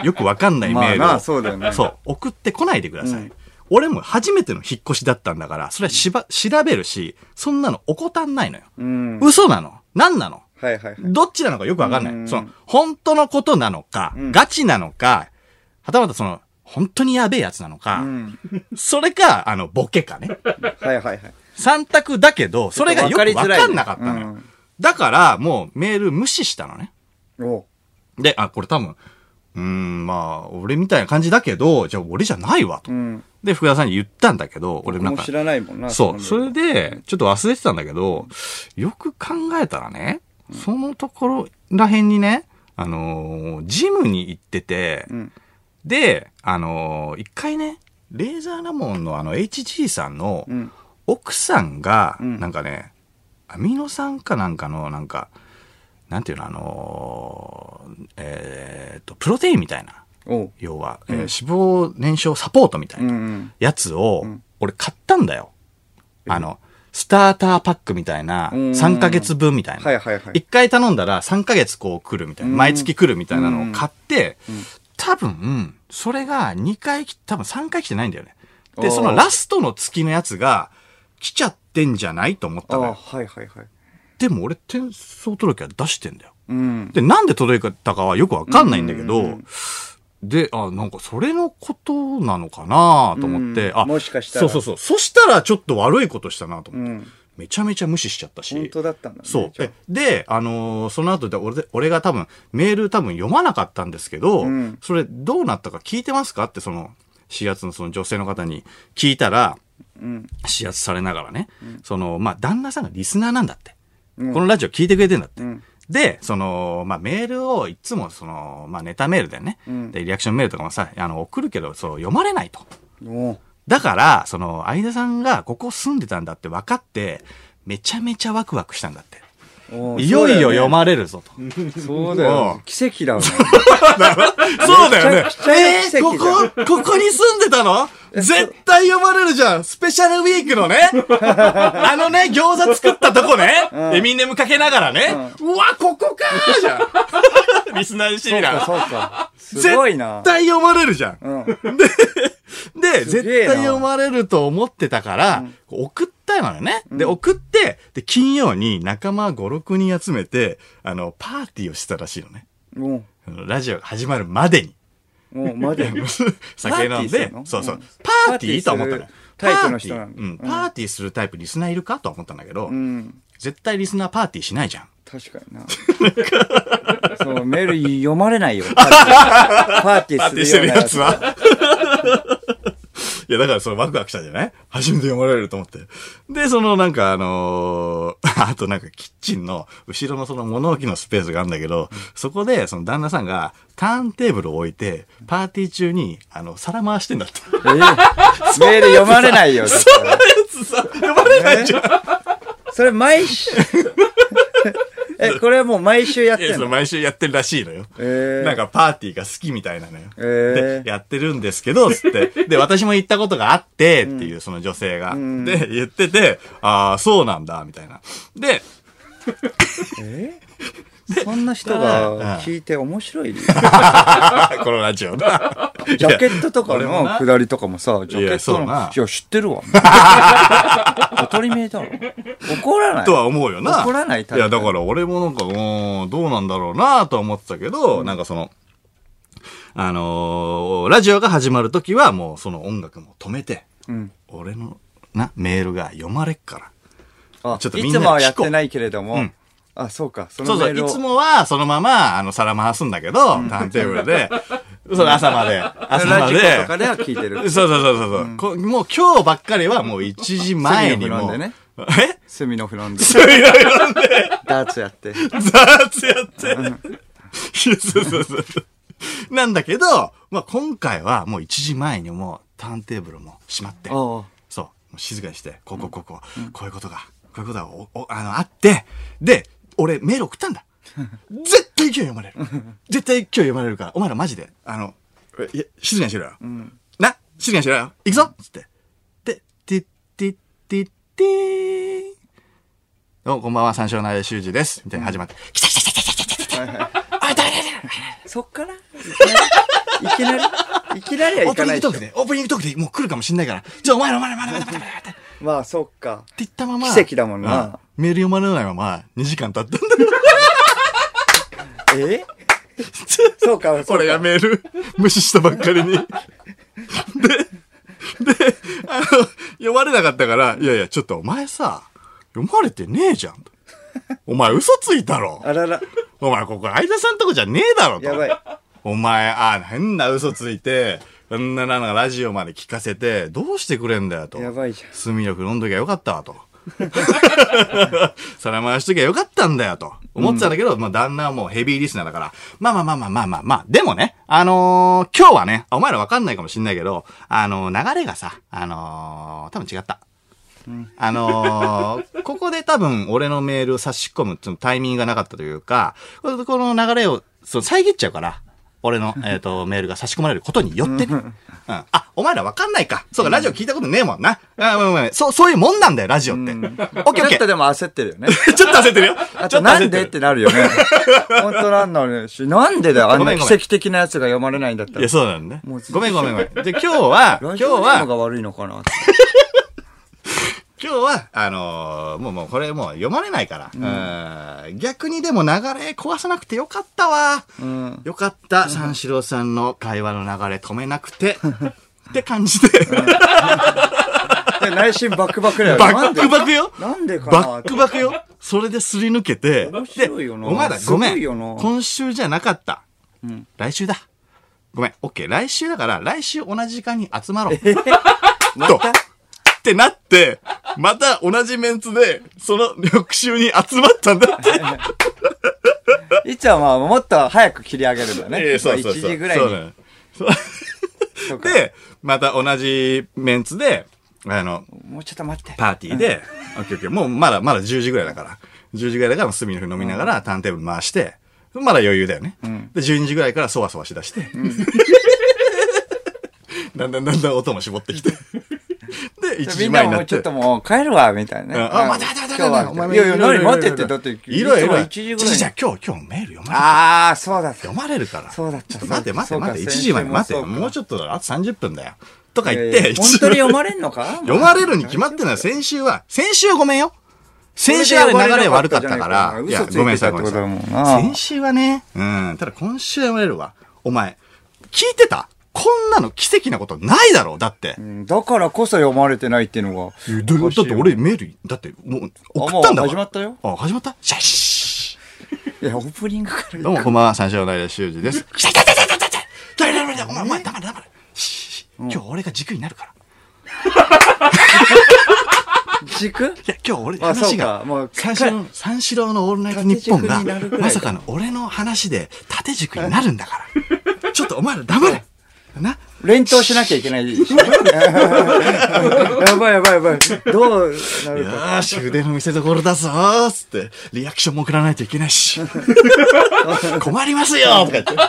い。よくわかんないメールを。
まあなそうだよね
そう送ってこないでください。俺も初めての引っ越しだったんだから、それはしば、調べるし、そんなの怠んないのよ。
うん。
嘘なの何なの
はいはいはい。
どっちなのかよくわかんない。
うん
その、本当のことなのか、ガチなのか、はたまたその、本当にやべえやつなのか、
うん。
それか、あの、ボケかね。
はいはいはい。
三択だけど、それがよくわかんなかったのよ。
うん
だから、もうメール無視したのね。
お
で、あ、これ多分、うーん、まあ、俺みたいな感じだけど、じゃあ俺じゃないわと。
うん。
で、福田さんに言ったんだけど、俺
僕
なん
も
か
知、らないもんな。
そう、そ
の
れ
ルール
で、ちょっと忘れてたんだけど、よく考えたらね、そのところらへんにね、あのージムに行ってて、
ん
で、あのー一回ね、レーザーラモンのあの HG さんの
ん
奥さんが、
ん
なんかね、アミノ酸かなんかの、なんか、なんていうの、あのーえーっと、プロテインみたいな、
おう。
要は、えー脂肪燃焼サポートみたいな
うん。うん。
やつを、俺買ったんだよ。あの、スターターパックみたいな、
うん
3ヶ月分みたいな。
はいはいはい
一回頼んだら3ヶ月こう来るみたいな、
うん
毎月来るみたいなのを買って、多分、それが2回来、多分3回来てないんだよね。で、
おー
そのラストの月のやつが来ちゃってんじゃないと思った
あ
の
あ、
よ。
はいはいはい。
でも俺転送届は出してんだよ。
うん。
で、なんで届いたかはよくわかんないんだけど、
うんうんうん
で、あ、なんかそれのことなのかなと思って、
うん
あ、
もしかしたら
そうそうそう。そしたらちょっと悪いことしたなと
う
思って、
ん。
めちゃめちゃ無視しちゃったし。
本当だったんだね。
そう。
じゃあ
えで、あのーその後で俺で、俺が多分、メール多分読まなかったんですけど、
うん
それどうなったか聞いてますかって、その、4月のその女性の方に聞いたら、
うん。
指圧されながらね、その、まあ、旦那さんがリスナーなんだって。
うん
このラジオ聞いてくれてんだって。
うん
で、その、まあ、メールをいつも、その、まあ、ネタメールでね、
ん
で、リアクションメールとかもさ、あの、送るけど、そう、読まれないと。
おう。
だから、その、相田さんがここ住んでたんだって分かって、めちゃめちゃワクワクしたんだって。
おう
いよいよ読まれるぞと。
そうだ
う
よ
ん。
奇跡だわ。
そうだよね
めちゃくちゃ。
えー、
奇
こ
跡だよ
こ、ここに住んでたの 絶対読まれるじゃん。スペシャルウィークの ね。あのね、餃子作ったとこね。エミネムかけながらね。うわ、ここかーじゃ ん。リスナーにしてみ
そう
ら
か、。そうか。すごいな
絶。対読まれるじゃん。
うん。
で、
す
絶
げえな
対読まれると思ってたから、送ったのよね。で、送って、で、金曜に仲間5、6人集めて、あの、パーティーをしてたらしいのね。
も
あのラジオが始まるまでに。
う、もう、ま だ。
酒飲ん
パーティーす
で
る、の
そうそう
うん、
パーティーと思ったのよ。
パーティーするタイプの人
パー
な
テ
の
ィーうん、パーティーするタイプリスナーいるかとは思ったんだけど
う、ん。
絶対リスナーパーティーしないじゃん。
確かにな。そう、メール読まれ ないよ。パーティ
パ
ー
ーティーし
す
て
る
る
ような
やつ。 は。いや、だからそのワクワクしたんじゃない初めて読まれると思って。で、そのなんかあのー あとなんかキッチンの後ろのその物置のスペースがあるんだけど、そこでその旦那さんがターンテーブルを置いて、パーティー中にあの、皿回してん だって。
ええメール読まれないよ。だって
そのやつさ、読まれないじゃん。
それ 毎週。え、これはもう毎週やっ
いや
てん
その
の
毎週やってるらしいのよ。
えー
なんかパーティーが好きみたいなのよ。
えー
で、やってるんですけど、つって。で、私も行ったことがあって、っていうその女性が。
ん
で、言ってて、ああ、そうなんだ、みたいな。で、
えそんな人が聞いて面白い。ジ ャ
このラジオな。
ケットとか
俺も
の
な
下りとかもさ、ジャケットの。
そうない
や、知ってる わ。当たり前だろ。怒らない。
とは思うよな。
怒らないタイプ
いや、だから俺もなんか、うーん、どうなんだろうなとは思ってたけど、なんかその、あのーラジオが始まるときはもうその音楽も止めて、
うん
俺のな、メールが読まれっから。
あ
ちょっとみ
い
んな
つ
に聞こう
もはやってないけれど
う
も
ん、
あ、そうか、そ
そ
の
う
メ
そう、
ー
い
ルを
つ。もはそのまま、あの、皿回すんだけど、ターンテーブルで、その朝まで、朝ま
ラジコとか
で。
では聞いて
そうそう
る。
そうそう、こもう今日ばっかりはもう1時前にもう。
セミの
え
セミのフランで
セミのフランで
ダーツ やって。
ザーツやって。 いやそうそうそうそう。なんだけど、まあ、今回はもう1時前にもうターンテーブルも閉まって、
おう
そう、もう静かにして、こうこうこうこう、こういうことが、こういうことがおおあのあって、で、俺メール送ったんだ。 絶対今日読まれる。絶対今日読まれるから、お前らマジで、あの、いや静かにしろよ。な、静かにしろよ。行くぞつって。で、てってってってーんどうもこんばんは、三四郎の間修二です。みたいに始まって、来た来た来た来た来た来たあ、ダメだ
そっからい きなり、いきなりは
オ
い
ープ
か
ニン
ない
グトー
でし
ク
ょ。
で、オープニングトークでもう来るかもしんないから、じゃあお前らお前らお前らお前らお前らお前らって
まあ、そっか。
言ったまま。
奇跡だもんな
う。メール読まれないまま2時間経ったんだよ。
えそ うか、そうか。
俺がメール無視したばっかりに。で、で、あの、読まれなかったから、いやいや、ちょっとお前さ、読まれてねえじゃん。お前嘘ついたろ。
あらら、
お前ここ相田さんとこじゃねえだろと。
やばい。
お前、あ、変な嘘ついて、こんななんかラジオまで聞かせて、どうしてくれんだよと。
やばいじゃん
炭力飲んどきゃよかったわと。 皿回しときゃよかったんだよと。思ってたんだけど、まあ旦那はもうヘビーリスナーだから。まあまあまあまあまあまあまあ。でもね、あのー今日はね、あお前らわかんないかもしんないけど、あのー流れがさ、あのー多分違った。あのー ここで多分俺のメールを差し込むっていうタイミングがなかったというか、このこの流れをそう遮っちゃうから、俺 の、えー、とメールが差し込まれることによってね。うん、あ、お前らわかんないか。そうか、ラジオ聞いたことねえもんな。あごめんごめんそう、そういうもんなんだよ、ラジオって。オッケーオッ
ちょ
ケ
っと
ー。
でも焦ってる よね。
ちょっと焦ってるよ。
あ
ちょっ
と
と焦
なんでって なるよね。本当なんなのし、なんでだよ、あん
ごめ
なん
ごめん
奇跡的なやつが読まれないんだった
い
ら
や、。そうなんだね
もう。
ごめんごめんごめん。で、今日は、今
ラ
日
ジオネーム
は、
が悪いのかなって
今日は、あのーもうもうこれもう読まれないから。うん、逆にでも流れ壊さなくてよかったわ。
うん。
よかった、三四郎さんの会話の流れ止めなく て。って感じで、
で内心バクバクだよ ね。
バックバクよ
なんでかな
バックバクよそれですり抜けて、
面白いよな
でお前らごめ
すごいよ
ん。
な
今週じゃなかった。来週だ。ごめん、オッケー。来週だから、来週同じ時間に集まろう。
また
ってなって、また同じメンツで、その翌週に集まったんだっ て。
いつはまあ、もっと早く切り上げるんだね。
ええそうそうそう。
1時ぐらい
そうな
に。
のそう
そうか
で、また同じメンツで、あの、
もうちょっと待って。
パーティーで、オッケーオッケー、もうまだまだ10時ぐらいだから、10時ぐらいだからもう隅の日飲みながらターンテーブル回して、まだ余裕だよね。で、12時ぐらいからそわそわしだして、 だんだんだんだん音も絞って きて、で、1
み
時
んな
前に
も
なっ
もうちょってと。もう帰るわ、みたいな
う
ね。
んあ、
うん
待て待て待て
今日はみ
待
たい
て。
な。いやいや、何待ってって、だって、
いろいろ。
1時ぐらい
じゃあ
に。
今日、今日メール読まれる。
ああ、そうだった。
読まれるから。
そうだった
ちょと待て待て
そうか
待て、1
先
時まで待
週
て。
もそうか
もうちょっとだあと30分だよ。とか言っ
い
て、
やいや本当に読まれんのか
読まれるに決まってない。先週は、先週はごめんよ。先週は流れ悪かったから。
嘘ついてた
ごめんなさい、ごめんな
ってことだもん
さ。
ない
先週はね、うん、ただ今週は読まれるわ。お前、聞いてたこんなの奇跡なことないだろだって。
うんだからこそ読まれてないっていうのが。
だだって俺メール、だってもう送ったんだ
あも
わ
う始まったよ。
あ、始まったシャッシ
いや、オープニングから
ー。どうも、こんばんは、三四郎の間修二です。来た来た来た来た来た来た来た来た来たお前、お前、黙れ黙れ。シー今日俺が軸になるから。
軸
いや、今日俺、
あそ
話
うか
が
もう、
三四郎、三四郎のオールナイトニッポンが
縦軸になるぐらい、か
まさかの俺の話で縦軸になるんだ から。ちょっとお前ら黙れな
連投しなきゃいけな いしね。やばいやばいやばい。どうな
よ
るか。
ーし、腕の見せ所だぞーっつって、リアクションも送らないといけない し。困りますよーとか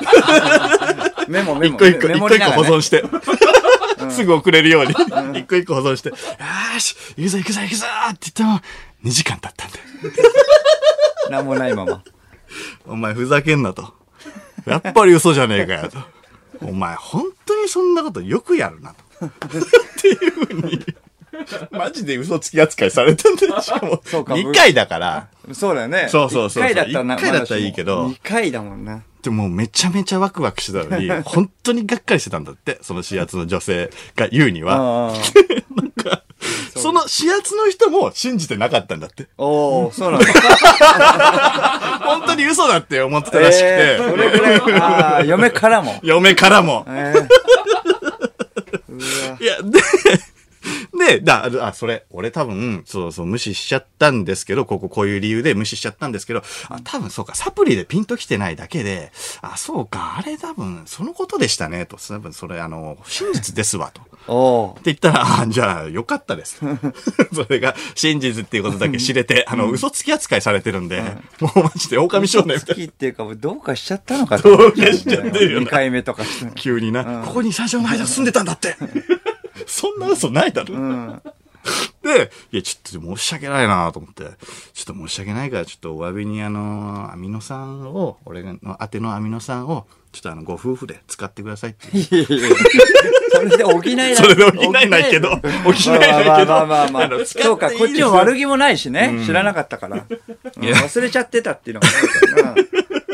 言って。
メモメモ。
一個一個、
メ
一
モ
個
り
一
な
個保
がらね
存して。 すぐ送れるように。一個一個保存して。よーし、行くぞ行くぞ行くぞーって言っても、2時間経ったんだよ。
なんもないまま。
お前ふざけんなと。やっぱり嘘じゃねえかよと。お前本当にそんなことよくやるなと。っていうふうに、マジで嘘つき扱いされたんだよ。しかも、
そうか
2回だから、
そうだよね。
そうそうそうそう
一回だったらな
一回だったらいいけど
二回だもんな。
でもうめちゃめちゃワクワクしてたのに、本当にがっかりしてたんだって、その指圧の女性が言うには。
ああ。
その指圧の人も信じてなかったんだって。
おお、そうなんだ。
本当に嘘だって思ってたらしくて、
えーそれぐらい。ああ、嫁か らも。
嫁からも。
えー
いや、で、で、 だ、あ、それ、俺多分、そうそう、無視しちゃったんですけど、こここういう理由で無視しちゃったんですけど、あ、多分そうか、サプリでピンときてないだけで、あ、そうか、あれ多分、そのことでしたね、と。多分、それ、あの、真実ですわ、と。
おお
っ。て言ったら、あじゃあ、よかったです。 それが、真実っていうことだけ知れて、あの、嘘つき扱いされてるんで、もうマジで狼少年みたいな
好きっていうか、どうかしちゃったのかどう
かしちゃってるよな
2回目とかして。
急にな、ここに最初の間住んでたんだって そんな嘘ないだろ、
ん
で、いや、ちょっと申し訳ないなと思って、ちょっと申し訳ないから、ちょっとお詫びにあの、アミノ酸を、俺の宛てのアミノ酸を、ちょっとあの、ご夫婦で使ってくださいって。
いやいやいやそれで補いない。
それで補えないけど、補えないけど、
まあまあまあ
あ
ま
の使っていい
あ。
ですよ
そうか、こっちも悪気もないしね。知らなかったから。うん忘れちゃってたっていうのがあるからな。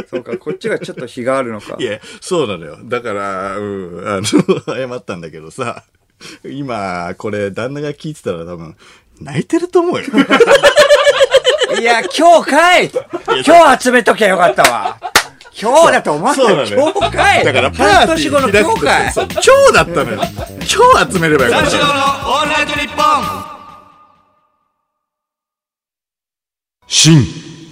そうか、こっちがちょっと日があるのか
い。や、そうなのよ。だから、うん、あの、 謝ったんだけどさ、今、これ、旦那が聞いてたら多分、泣いてると思うよ。
いや、今日かい今日集めときゃよかったわ。今日だと思わな
そうなの
い。
よ
今日かい
だからパ
半
ーテ
年
ィー
後の今日かい
そう今日だったのよ。今日集めればよかったの。
オールナイトニッポ
新、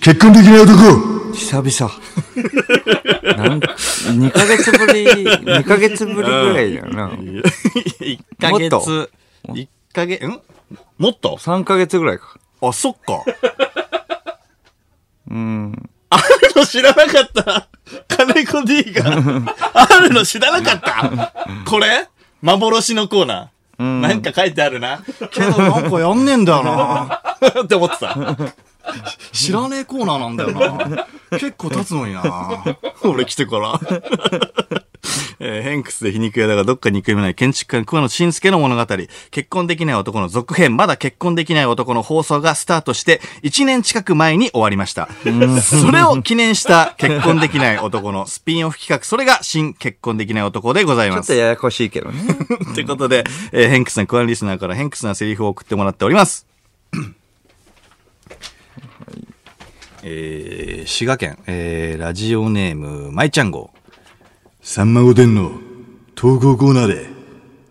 結婚できない男
久々。なんか、2ヶ月ぶり、2ヶ月ぶりぐらいだよな。
1ヶ
もっと
月。1ヶ月、んもっと
3ヶ月ぐらいか。
あ、そっか。
うん。
あるの知らなかった。金子 D が。あるの知らなかった。これ幻のコーナー。なんか書いてあるな。けどなんかやんねえんだよな。 って思ってた。知らねえコーナーなんだよな。結構経つのにな。 俺来てから。 えーヘンクスで皮肉屋だがどっか憎めない建築家の桑野晋介の物語、結婚できない男の続編、まだ結婚できない男の放送がスタートして、1年近く前に終わりました。それを記念した結婚できない男のスピンオフ企画、それが新結婚できない男でござい
ちょ
ま
っ と
す。
ややこしいけどね。
ということで、えーヘンクスの桑野リスナーからヘンクスなセリフを送ってもらっております。えー滋賀県、えーラジオネーム、まいちゃん号。
さんま御殿の投稿コーナーで、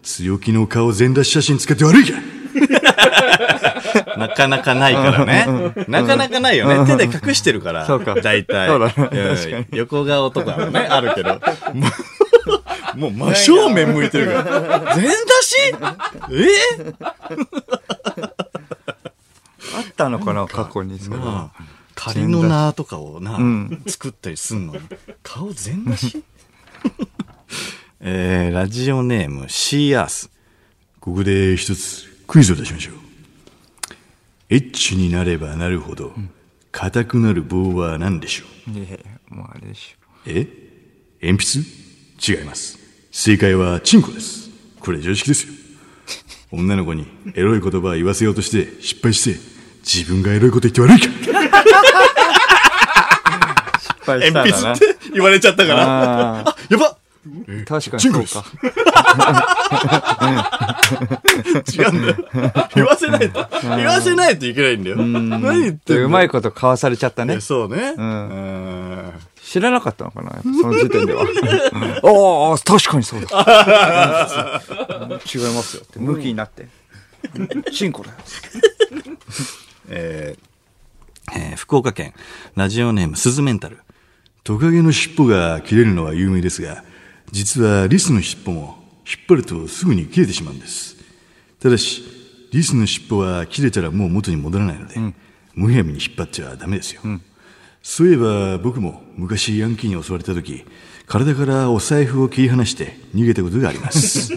強気の顔全出し写真使って悪いか
なかなかないからね。なかなかないよね。手で隠してるから。
そうか
大体。
そうだね
うん横顔とかはね、あるけど。 もう、もう真正面向いてるから。 全出しえー
あったのかな、過去に。それ
まあ仮の名とかをな、作ったりすんの に。顔全出しえー、ラジオネーム、シーアース。
ここで一つクイズを出しましょう。エッチになればなるほど、硬くなる棒は何でしょう
いやいやもうあれでし
え鉛筆違います。正解はチンコです。これ常 識ですよ。女の子にエロい言葉を言わせようとして失敗して、自分がエロいこと言って悪いか
ょ。
鉛
失敗したんだ
筆っ
な。
て言われちゃったから。
あ
あ、やば
ー確かに
チンコ
そう
です
か。
違うんだ よ。言わせないと。言わせないといけないんだよ。何言ってんの
うまいことかわされちゃったね
え。そうね。うんん。
知らなかったのかなやっぱその時点で は。ああ、確かにそうだ。うん違いますよって。向きになって。チンコだよ。
えーえー福岡県、ラジオネーム、スズメンタル。
トカゲの尻尾が切れるのは有名ですが、実はリスの尻尾も引っ張るとすぐに切れてしまうんです。ただし、リスの尻尾は切れたらもう元に戻らないので、むやみに引っ張っちゃダメですよ。そういえば僕も昔ヤンキーに襲われた時、体からお財布を切り離して逃げたことがあります。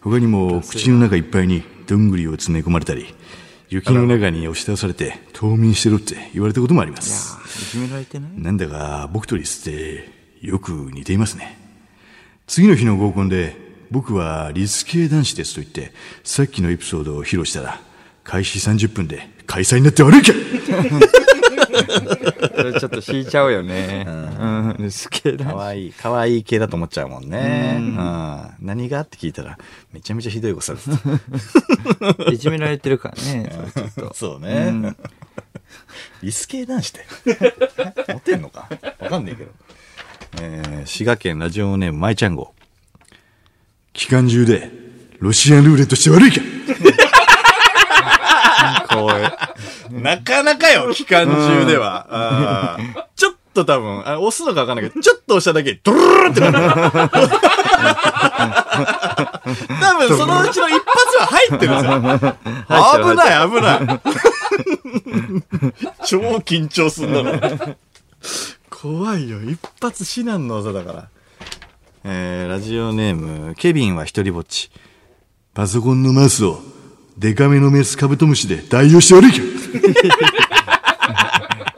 他にも口の中いっぱいにどんぐりを詰め込まれたり、雪の中に押し倒されて冬眠してろって言われたこともあります。
いじめられてない
なんだか僕とリスってよく似ていますね。次の日の合コンで僕はリス系男子ですと言ってさっきのエピソードを披露したら開始30分で開催になって悪いか
それちょっと引いちゃうよね。うん、すげえ
か
な。
わいい、かわいい系だと思っちゃうもんね。うん。何がって聞いたら、めちゃめちゃひどいことされて。
いじめられてるからね。それちょった と
そうね。リス系男子 で。モテんのかわかんないけど。えー滋賀県ラジオネーム、まいちゃん号。
期間中でロシアンルーレットして悪いか
なかなかよ、期間中では。あーちょっと多分、あ押すのかわかんないけど、ちょっと押しただけ、ドゥルルルルってな る。多分そのうちの一発は入ってるんですよ。危ない、 危ない。超緊張すんだな。怖いよ、一発至難の技だから。えー、ラジオネーム、ケビンは一人ぼっち。
パソコンのマウスをデカめのメスカブトムシで代用して悪いか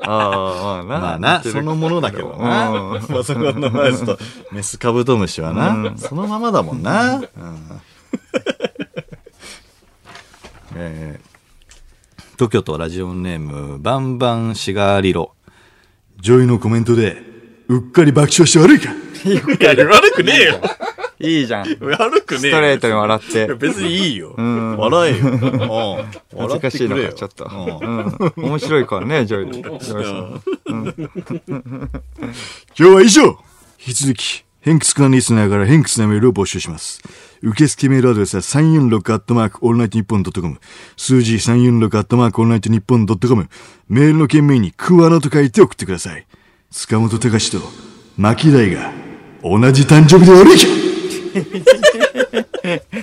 ああ、まあな。
まあな、そのものだけどな。パソコンのマウスと メスカブトムシはな、そのままだもんな。うん えー東京都ラジオネーム、バンバンシガリロ。
ジョイのコメントでうっかり爆笑して悪いか
いや、悪くねえよ。
いいじゃん。スト
悪くねえ
レートに笑って。
別にいいよ。笑えよ。うん
恥ずかしい
笑てく
のか、
れよ
ちょっと。
うん
うん。面白いからね、ジョイ。ジョイさん。
今日は以上引き続き、偏屈なリスナーから偏屈なメールを募集します。受付メールアドレスは346アットマークオールナイトニッポンドットコム。数字346アットマークオールナイトニッポンドットコム。メールの件名にクワラと書いて送ってください。塚本隆と牧大が同じ誕生日で悪いか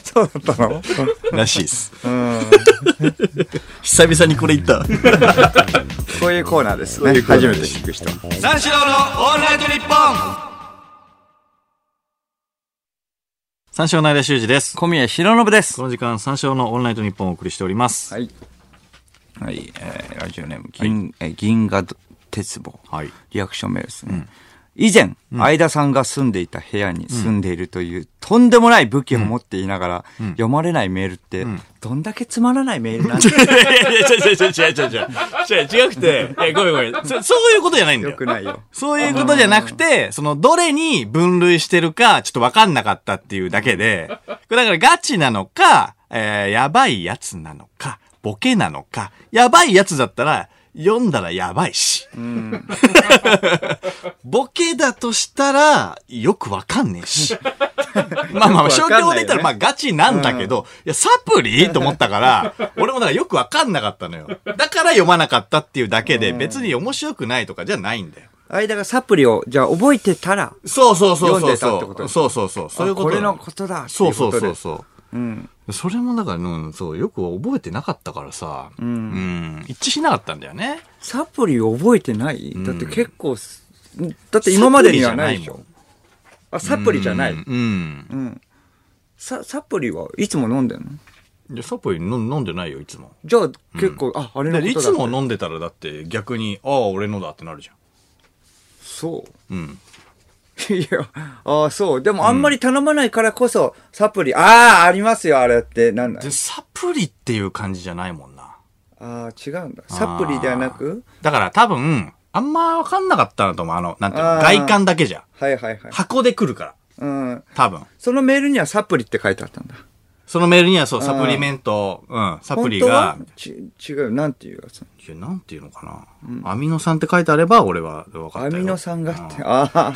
そうだったの
らしいです。 久々にこれ言った。
こういうコーナーですね。初めて聞く人。
三四郎のオールナイトニッポ
三章の間修二です。
小宮浩信です。
この時間、三章のオンライト日本をお送りしております。
はい。はい、えーラジオネーム、銀、えー銀河鉄棒。
はい
リアクションメールですね。以前、相田さんが住んでいた部屋に住んでいるという、とんでもない武器を持っていながら、読まれないメールって、どんだけつまらないメールなんて
いやいやいや、違う違う違う違う違う違う違う違う違くて、いやごめんごめん。そそういうことじゃないんだ
よ
よ。
くな いよ。
そういうことじゃなくて、その、どれに分類してるか、ちょっとわかんなかったっていうだけで、これだからガチなのか、えー、やばいやつなのか、ボケなのか、やばいやつだったら、読んだらやばいし。ボケだとしたら、よくわかんねえ し。まあまあ、
よく
商
わかんないよね
業で言ったら、まあガチなんだけど、いや、サプリと思ったから、俺もだからよくわかんなかったのよ。だから読まなかったっていうだけで、別に面白くないとかじゃないんだよ。
相田がサプリを、じゃあ覚えてたら、
そうそうそうそう。
読んでたってこと
そうそうそう。そういうこと
あ
だ
これのことだってい
そう
う
そ
こ
う
と
そう
で
そう。それもだから、うん、そう、よく覚えてなかったからさ、うん、一致しなかったんだよね。
サプリを覚えてないだって結構す、だって今までにはないでし
サ
ょ。あ、サプリじゃない。
うん。
ササプリはいつも飲んでんの
いやサプリの飲んでないよ、いつも。
じゃあ結構、あ、あれの
で
こ
い
とだ
つも飲んでたらだって逆に、ああ、俺のだってなるじゃん。
そう。
うん。
いや、ああ、そう。でもあんまり頼まないからこそ、サプリ、ああ、ありますよ、あれって、なんだ
で、。サプリっていう感じじゃないもんな。
ああ、違うんだ。サプリではなく
だから多分、あんま分かんなかったなと思う。あの、なんていうの、
あー
外観だけじゃ。
はいはいはい。
箱で来るから。
うん。
多分。
そのメールにはサプリって書いてあったんだ。
そのメールにはそう、
ー
サプリメント、うん、サプ
本
リ
当
が
は、ち違う、なんていうやつ。
いや、なんていうのかな。アミノ酸って書いてあれば、俺は分かった
ア
よ。
ミノ酸が
うん
って、ああ。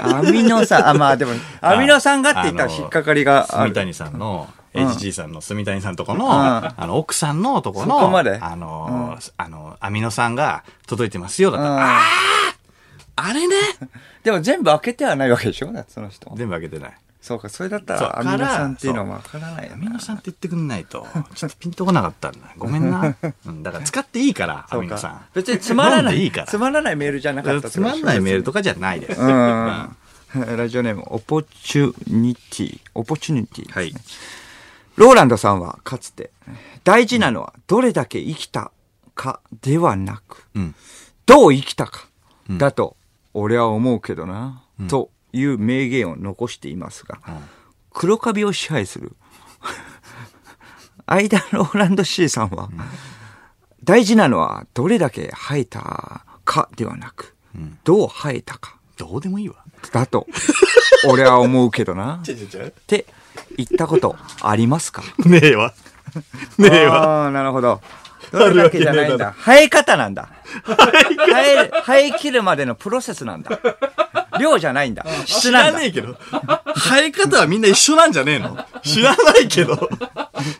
アミノ酸、あ、まあでも、アミノ酸がって言ったら引っかかりがあ
住
る。
谷さんの、HG さんの住谷さんとこの、
ん
あの、奥さんのとこの、
そこまで
あの、あの、アミノ酸が届いてますよ、だったら、ああれね
でも全部開けてはないわけでしょだってその人。
全部開けてない。
そうか、それだった
そう
らアミノ酸っていうのはわからないよ
ア
ね
ミノ酸って言ってくんないと、ちょっとピンとこなかったんだ。ごめん な。うん、だから使っていいから、ア
そう
ミノ酸
か。。別につまらな
飲んで
い。
いいから
つまらないメールじゃなかった
つまんないメールと
と
かじゃないです。
か。うん。ラジオネーム、オポチュニティ。オポチュニティ。
はい。
ローランドさんはかつて、大事なのはどれだけ生きたかではなく、どう生きたかだと俺は思うけどな、という名言を残していますが、黒カビを支配する、 間ローランド C さんは、大事なのはどれだけ生えたかではなく、どう生えたか
どうでもいいわ。
だと、俺は思うけど な。って言ったことありますか
ねえわ。ねえわ。
ああ、なるほど。どれだけじゃないんだ。生え方なんだ。生え、生え切るまでのプロセスなんだ。量じゃないんだ。質
知
な
ら
んだ
ね。えけど。生え方はみんな一緒なんじゃねえの知らないけど。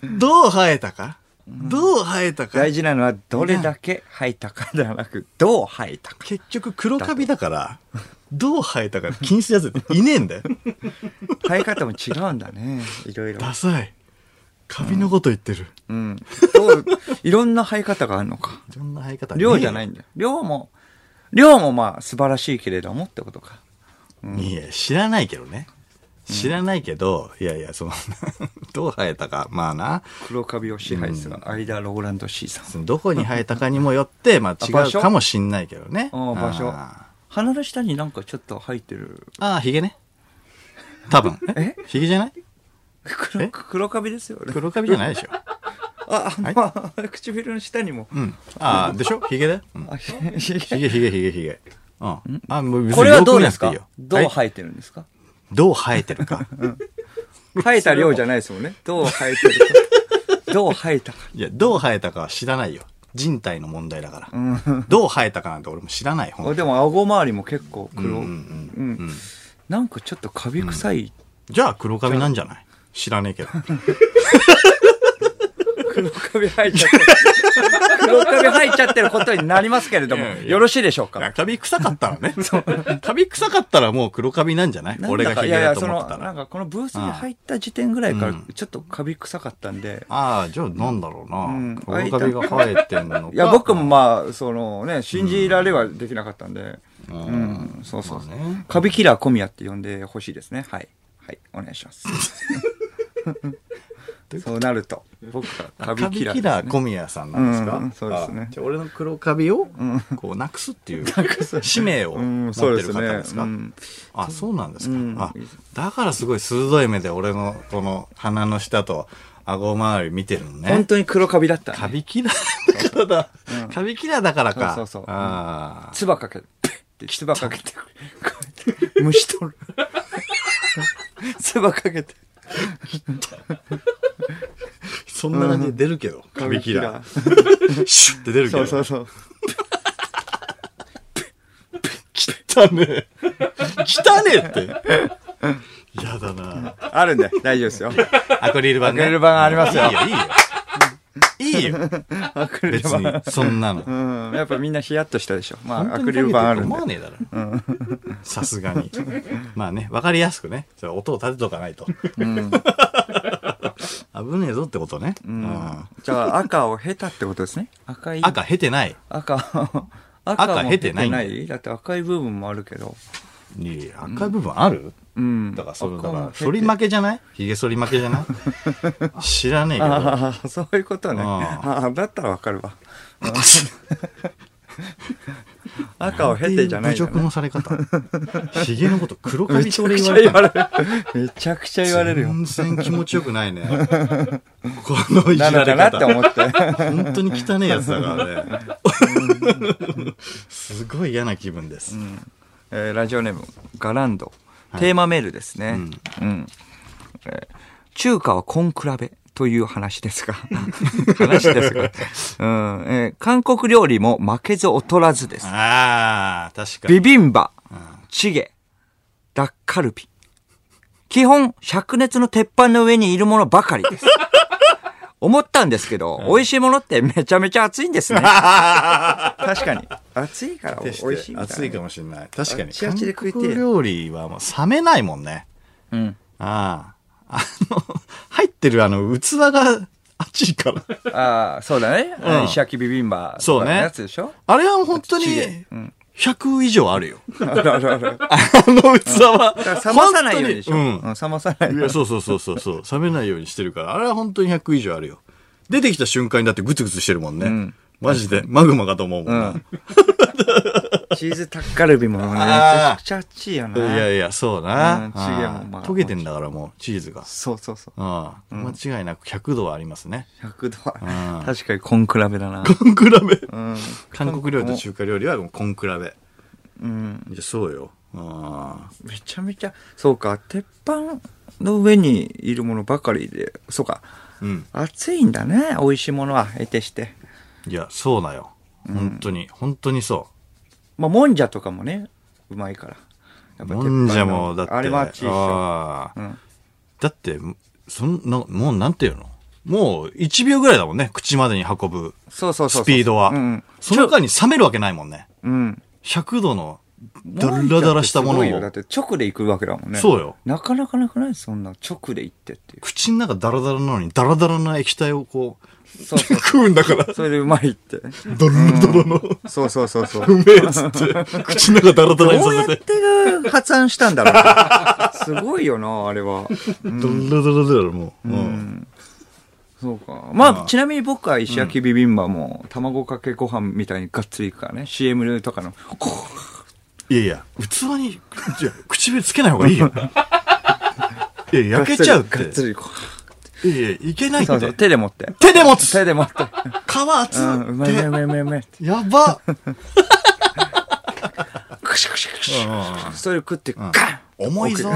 どう生えたかどう生えたか
大事なのはどれだけ生えたかではなく、どう生えたか。
結局黒カビだから、どう生えたか気にするやつっていねえんだよ。
生え方も違うんだね。いろいろ。
ダサい。カビのこと言ってる。
うん。どう、いろんな生え方があるのか。
そんな生え方ねえ
量じゃないんだよ。量も、量もまあ素晴らしいけれどもってことか。
いや、知らないけどね。知らないけど、いやいや、その、 どう生えたか、まあな、
黒カビを支配する間ローランド C さん。
そのどこに生えたかにもよって、まあ違
場
う
所
かもしんないけどね。
ああ、場所
あ。
鼻の下になんかちょっと入ってる。
ーあー、ヒゲね。多 分。えヒゲじゃない
黒、黒カビですよね。
黒カビじゃないでしょ。
あ、あまあ、唇の下にも。
うん。ああ、でしょヒゲだよ。うん
あひひ
ヒゲヒゲヒゲヒゲ。うん。あ、もう別に
これはどうですか
よく見なくていいよ
ど
は
う
い
生えてるんですか
どう生えてる か。
生えた量じゃないですもんね。どう生えてる か。どう生えたか。
いや、どう生えたかは知らないよ。人体の問題だから。どう生えたかなんて俺も知らない。ほんと
あでも顎周りも結構黒。うん。なんかちょっとカビ臭い。
じゃあ黒髪なんじゃない知らねえけど。
黒カビ生え ちゃってる。黒カビ生えちゃってることになりますけれども、
いやいや
よろしいでしょうか
カビ臭かったらね。 カビ臭かったらもう黒カビなんじゃない
なんだか
俺がヒゲだと思ってた
いやいやそのな
ら。
んかこのブースに入った時点ぐらいからちょっとカビ臭かったんで、
ああ、じゃあなんだろう
ん
な。黒カビが生えてんのか。
いや僕もまあそのね信じられはできなかったんでうん、そうそうそう、
ね
カビキラー小宮って呼んでほしいですねはいはいお願いしますそうなると僕がカ
カ
ビ
ビ
キ
キ
ラ
ラ
ー
ー小宮さんなんですか、
うんうんそうですね
あじゃあ俺の黒カビをこうなくすって いう使命を
う
持
ん
って
そうで
る
す
方
ね
ですか、
うん
あそうなんですか、
うん
あだからすごい鋭い目で俺のこの鼻の下と顎周り見てるのね
本当に黒カビだった、ね、
カビキラーだからだ、カビキラーだからか
そうそうそううん
あ
唾かけて、って唾かけて、こうやって虫取る。唾かけて。
ーそんな感じで出るけど、カビキラーシュッて出るけ
そ
ど
うそうそう。
来たね来たね ってやだな
あるんで、大丈夫ですよ。
アクリル板ね
アクリル板ありますよ
いいよいいよいいよ
アクリル
別
板。
にそんなの
うん、やっぱみんなヒヤッとしたでしょ。まあ、ア
本当
ク
に
リル板あるん
思
で
わ。ねえだろさすがにまあねわかりやすくねそれ音を立てとかないと危ねえぞってことねうん
じゃあ、赤を経たってことですね。赤い。
赤経てない
赤。
赤
も
経てないんだ
だって赤い部分もあるけど。
いや赤い部分ある
うん。
だからそれだ
赤
か
も
ら
経て
反り負けじゃないひげ反り負けじゃない知らねえけ ど
ああ、そういうことね。
あ
ああ、だったらわかるわ。赤を経てじゃないんだ
侮
ね
辱のされ方ひげのこと黒
め
髪
ち
と
ゃ
俺
くち
言
ゃ
われ
言
た
われる。めちゃくちゃ言われるよ。
全然気持ちよくない ねこのいじ
な
ら
の
れ
か
方
なって思って。
本当に汚いやつだ からねすごい嫌な気分です、
えーラジオネーム、ガランド。テーマメールですね。うん。えー中華はコン比べという話で すが。話ですが。うん、えー韓国料理も負けず劣らずです。
ああ確かに
ビビンバ、チゲ、ダッカルビ。基本、灼熱の鉄板の上にいるものばかりです。 思ったんですけど、美味しいものってめちゃめちゃ熱い んですね。確かに。熱いから美
決して
味しいみたいな。
熱いかもしれない確かに
あっちあっちで食
韓
いて
国
え
料理はもう冷めないもんね
うん。
あああの入ってるあの器が熱いから
ああ、そうだね。
うん
石焼きビビンバ。
そうね
やつでしょ
あれは本当に
チゲうん
100以上あるよ。
あるある ある。
あの器は。
だから冷まさないようにでしょ。
本当に
うん冷まさない
うん。いや、そうそうそうそうそう。冷めないようにしてるから、あれは本当に100以上あるよ。出てきた瞬間にだってグツグツしてるもんね。
ん
マジで、マグマかと思うもんな。
チーズタッカルビもね、めち
あー
ゃくちゃ熱いよ
い
な。
やいや、そうな。
うんチゲもまあ
あー溶けてんだからもう、チーズが。
そうそうそう。
うん。間違いなく100度はありますね。
100度は。確かにコン比べだな。
コンクラベ。
うん。
韓国料理と中華料理はもうコンクラベ。
うん。
いや、そうよ。あ
めちゃめちゃ、そうか、鉄板の上にいるものばかりで、そうか、
あ。うん。
熱いんだね、美味しいものは、得てして。
いや、そうなよ。本当に、本当にそ
まあ、もんじゃとかもね、うまいから。
う。
やっぱ鉄板の
もんじゃもだって。
あれは熱いでしょ。
あー
うん
だって、そんな、もうなんていうのもう1秒ぐらいだもんね。口までに運ぶ
そうそうそうそう。
スピードは
うんうん。。
その間に冷めるわけないもんね。
うん。
100度のダラダラしたもの
もんじゃってすごいよだ
を
っ。て直で行くわけだもんね。
そうよ。
なかなかなくないそんな直で行ってっていう。
口の中ダラダラなのにダラダラな液体をこう、
そうそう。
食うんだから、
それでうまいって。
ドロドロの、
そうそうそうそう。
うめえっつって、口の中ダラダラに
どうや
さ
っ
せて、
て発案したんだろう。すごいよな、あれは。
ドロドロドロもう、うん
そうか。まあ、ちなみに僕は石焼きビビンバも、卵かけご飯みたいにがっつりいくからね。CM とかの、こ
いやいや、器に、いや唇つけない方がいいよ。いや、
う
焼けちゃうって。
がっつり、がっ
いやいや、いけないっ
つりこうそうそ
て
う、。手で持って。
手で持つ皮
手で持って。
熱
うん、うまい
手
うまいうまいうまいうまい。
やば
クシュクシュクシュ。それ食って、ガン
重いぞ。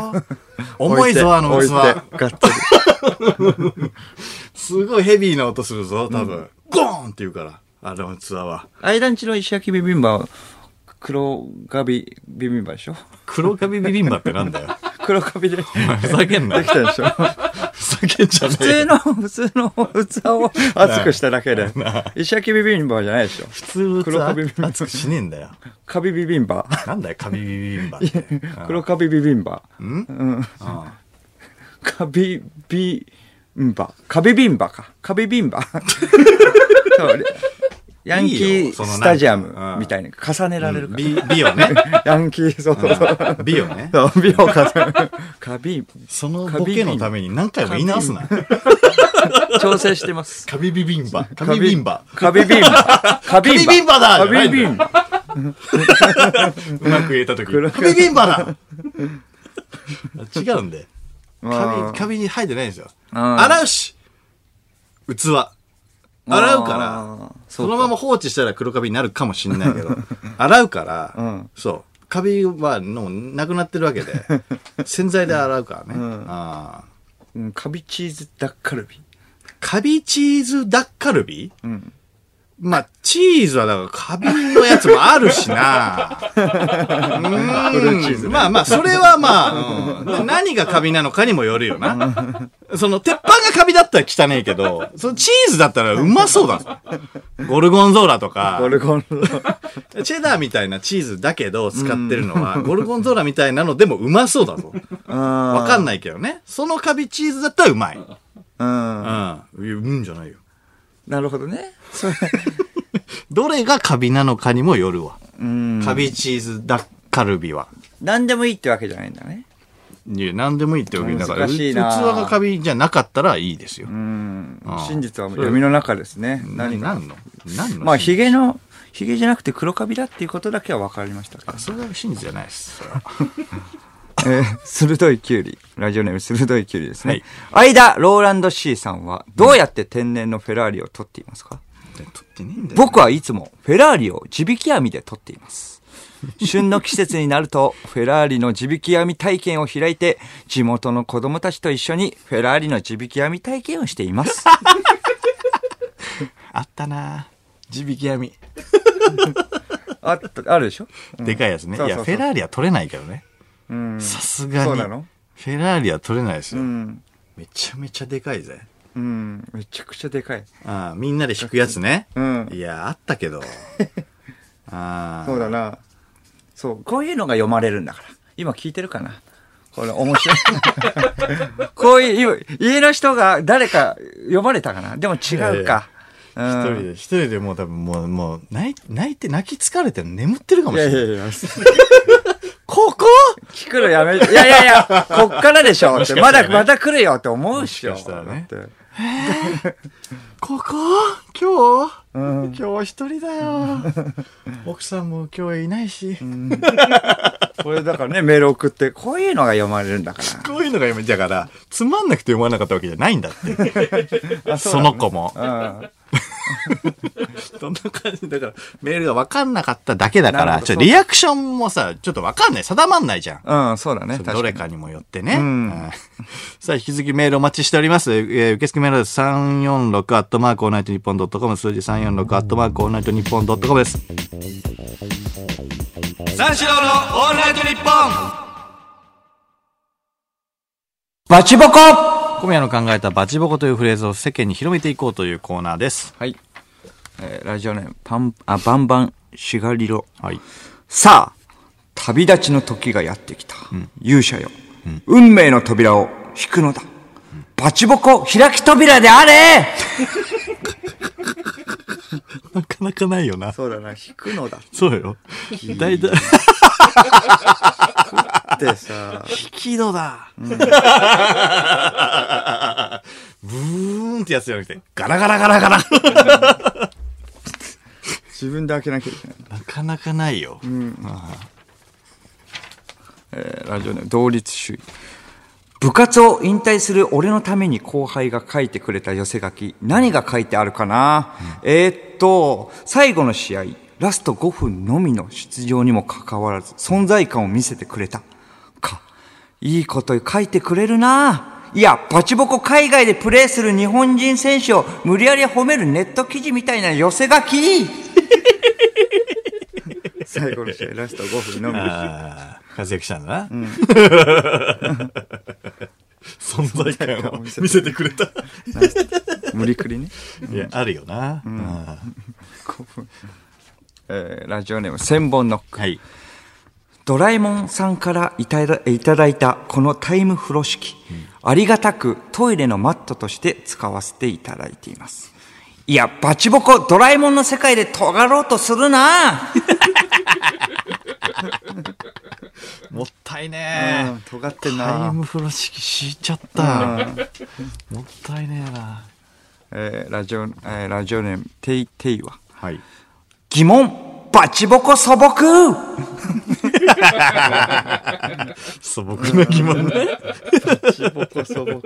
重いぞ、あの
置いて
器。
がっつり。
すごいヘビーな音するぞ、多分。ゴーンって言うから、あの器は。
間んちの石焼きビビンバは、黒カビビビンバでしょ
黒カビビビンバってなんだよ。
黒カ ビで。で
ふざけんなよ
き。たでしょ
ふざけんじゃね
普
え
通
よ。
の、 普通の器を熱くしただけ で。石焼きビビンバじゃないでしょ
普通の
黒カビビビン
器
バ
熱くしねえんだよ。
カビビビンバ。
なんだよ、カビビビンバって。
黒カビビビンバ。
うんあ
カビビンバ。カビビンバか。カビビ ンバ。そうヤンキ
いいよ
ー
そのなんか
スタジアム
うん
みたいに重ねられるか
美美をね。
ら。ヤンキー、そうそうそう。
美をね。
そう美容家さんカビ、
そのボケのために何回も言い直すな。
調整してます。
カビビビンバ。カビビンバ。
カビビンバ。カ
カビビンバだ
カビビンバ。
うまく言えたとき。
黒
カビビン バだ違うんで。カ
うん
ビ、カビに入ってないんですよ。
ん
洗うし器。洗うから。
あー
そ
そう
の
か
まま放置したら黒カビになるかもしれないけ ど、洗うから、
ん
そう、カビはもうなくなってるわけで、洗剤で洗うからね。あー
うんカビチーズダッカルビ。
カビチーズダッカルビ、
ん
まあ、チーズはだからカビのやつもあるし な。う
フルチーズ
んまあまあ、それはまあ、うん何がカビなのかにもよるよな。その、鉄板がカビだったら汚いけど、そのチーズだったらうまそうだぞ。ゴルゴンゾーラとか
ゴ、ルゴンゾーラ。
チェダーみたいなチーズだけど使ってるのは、ゴルゴンゾーラみたいなのでもうまそうだぞ。わ
わ
かんないけどね。そのカビチーズだったらうまい。
う
う
ん。
ん。いやうんじゃないよ。
なるほどね。それ
どれがカビなのかにもよるわ。
うん。
カビチーズダッカルビは。
何でもいいってわけじゃないんだね。
いや、何でもいいってわけだから、う
難
器
しいな
がカビじゃなかったらいいですよ。
うん
ああ。
真実は闇の中ですね。
何
何
な
が。
んの何の
まあ、
真
ヒ
実
ゲの、ヒゲじゃなくて黒カビだっていうことだけは分かりましたから。
それは真実じゃないです。それは
えー 鋭いキュウリ。ラジオネーム鋭いキュウリですね。間、ローランド C さんは、どうやって天然のフェラーリを取っていますか
取ってねえんだよ。
僕はいつもフェラーリを地引き網で取っています。旬の季節になると、フェラーリの地引き網体験を開いて、地元の子供たちと一緒にフェラーリの地引き網体験をして います。
あったな地引き網。
あった、あるでしょ
でかいやつね。
そ
い
うそう
や、
そ
フ
う
ェラーリは取れないけどね。
うん。
さすが
そう
に。
なの
フェラーリは取れないです
う
よ。
ん。
めちゃめちゃでかいぜ。
うん。めちゃくちゃでかい。
ああ、みんなで引くやつね。
うん
いや、あったけ ど。ああ。
そうだな。そう。こういうのが読まれるんだから。今聞いてるかなこれ面 白い。こういう、家の人が誰か読まれたかなでも違うか。
い一人で、一人でもう多分もう、もう、泣い泣いて、泣き疲れて眠ってるかも
い
し
や
れ
い
な
や
い。
いや、
ここ
聞くのやめ、いやいやい や、こっからでしょって、まだ、まだ来るよって思うっしょ。
もしかしたらね
だって
ここ今日、
ん
今日一人だよ。 奥さんも今日いないし。
これだからね、メール送って、こういうのが読まれるんだか
こういうのが今、だから、つまんなくて読まなかったわけじゃないんだ って。その子も。
ら。うん。
そんな感じ。だから、メールが分かんなかっただけだか
なる
ら、
ほど
ちょっとリアクションもさ、ちょっと分かんない。定まんないじゃん。
うん、そうだね。
そ
確
れどれ
かに
かにもよってね。
ん
はい さあ、引き続きメールお待ちしております。えー受付メールです。346アットマークオールナイトニッポンドットコム、数字346アットマークオールナイトニッポンドットコムです。
三四郎のオールナイトニッポ
バチボコは
今夜の考えたバチボコというフレーズを世間に広めていこうというコーナーです。
い。えーラジオネーム、パン、あ、バンバン、シガリロ。
はい。
さあ、旅立ちの時がやってきた。勇者よ、運命の扉を引くのだ。バチボコ、開き扉であれ
なかなかないよな。
そうだな、引くのだ
そうよ。大体、
って さ、
キドだ。 ブーンってやつじゃなくて、ガラガラガラガラ。
自分で開けなきゃいけない。
なかなかないよ。
えーラジオネーム同率首位部活を引退する俺のために後輩が書いてくれた寄せ書き何が書いてあるかな、えーっと最後の試合ラスト5分のみの出場にもかかわらず存在感を見せてくれたかいいこと書いてくれるないやバチボコ海外でプレーする日本人選手を無理やり褒めるネット記事みたいな寄せ書き最後の試合ラスト5分のみ
あー活躍したんだな。 存在感を見せてくれた。
無理くりね
いや、あるよな。
えーラジオネーム千本ノック、
はい。
ドラえもんさんからいただいただいたこのタイム風呂敷、ありがたくトイレのマットとして使わせていただいていますいやバチボコドラえもんの世界で尖ろうとするな
もったいね ー。
尖って
タイム風呂敷敷いちゃった。もったいねえな。
えーラジオえーラジオネームテイテイは
はい。
疑問バチボコ素朴
素朴な疑問ね。
素朴
素朴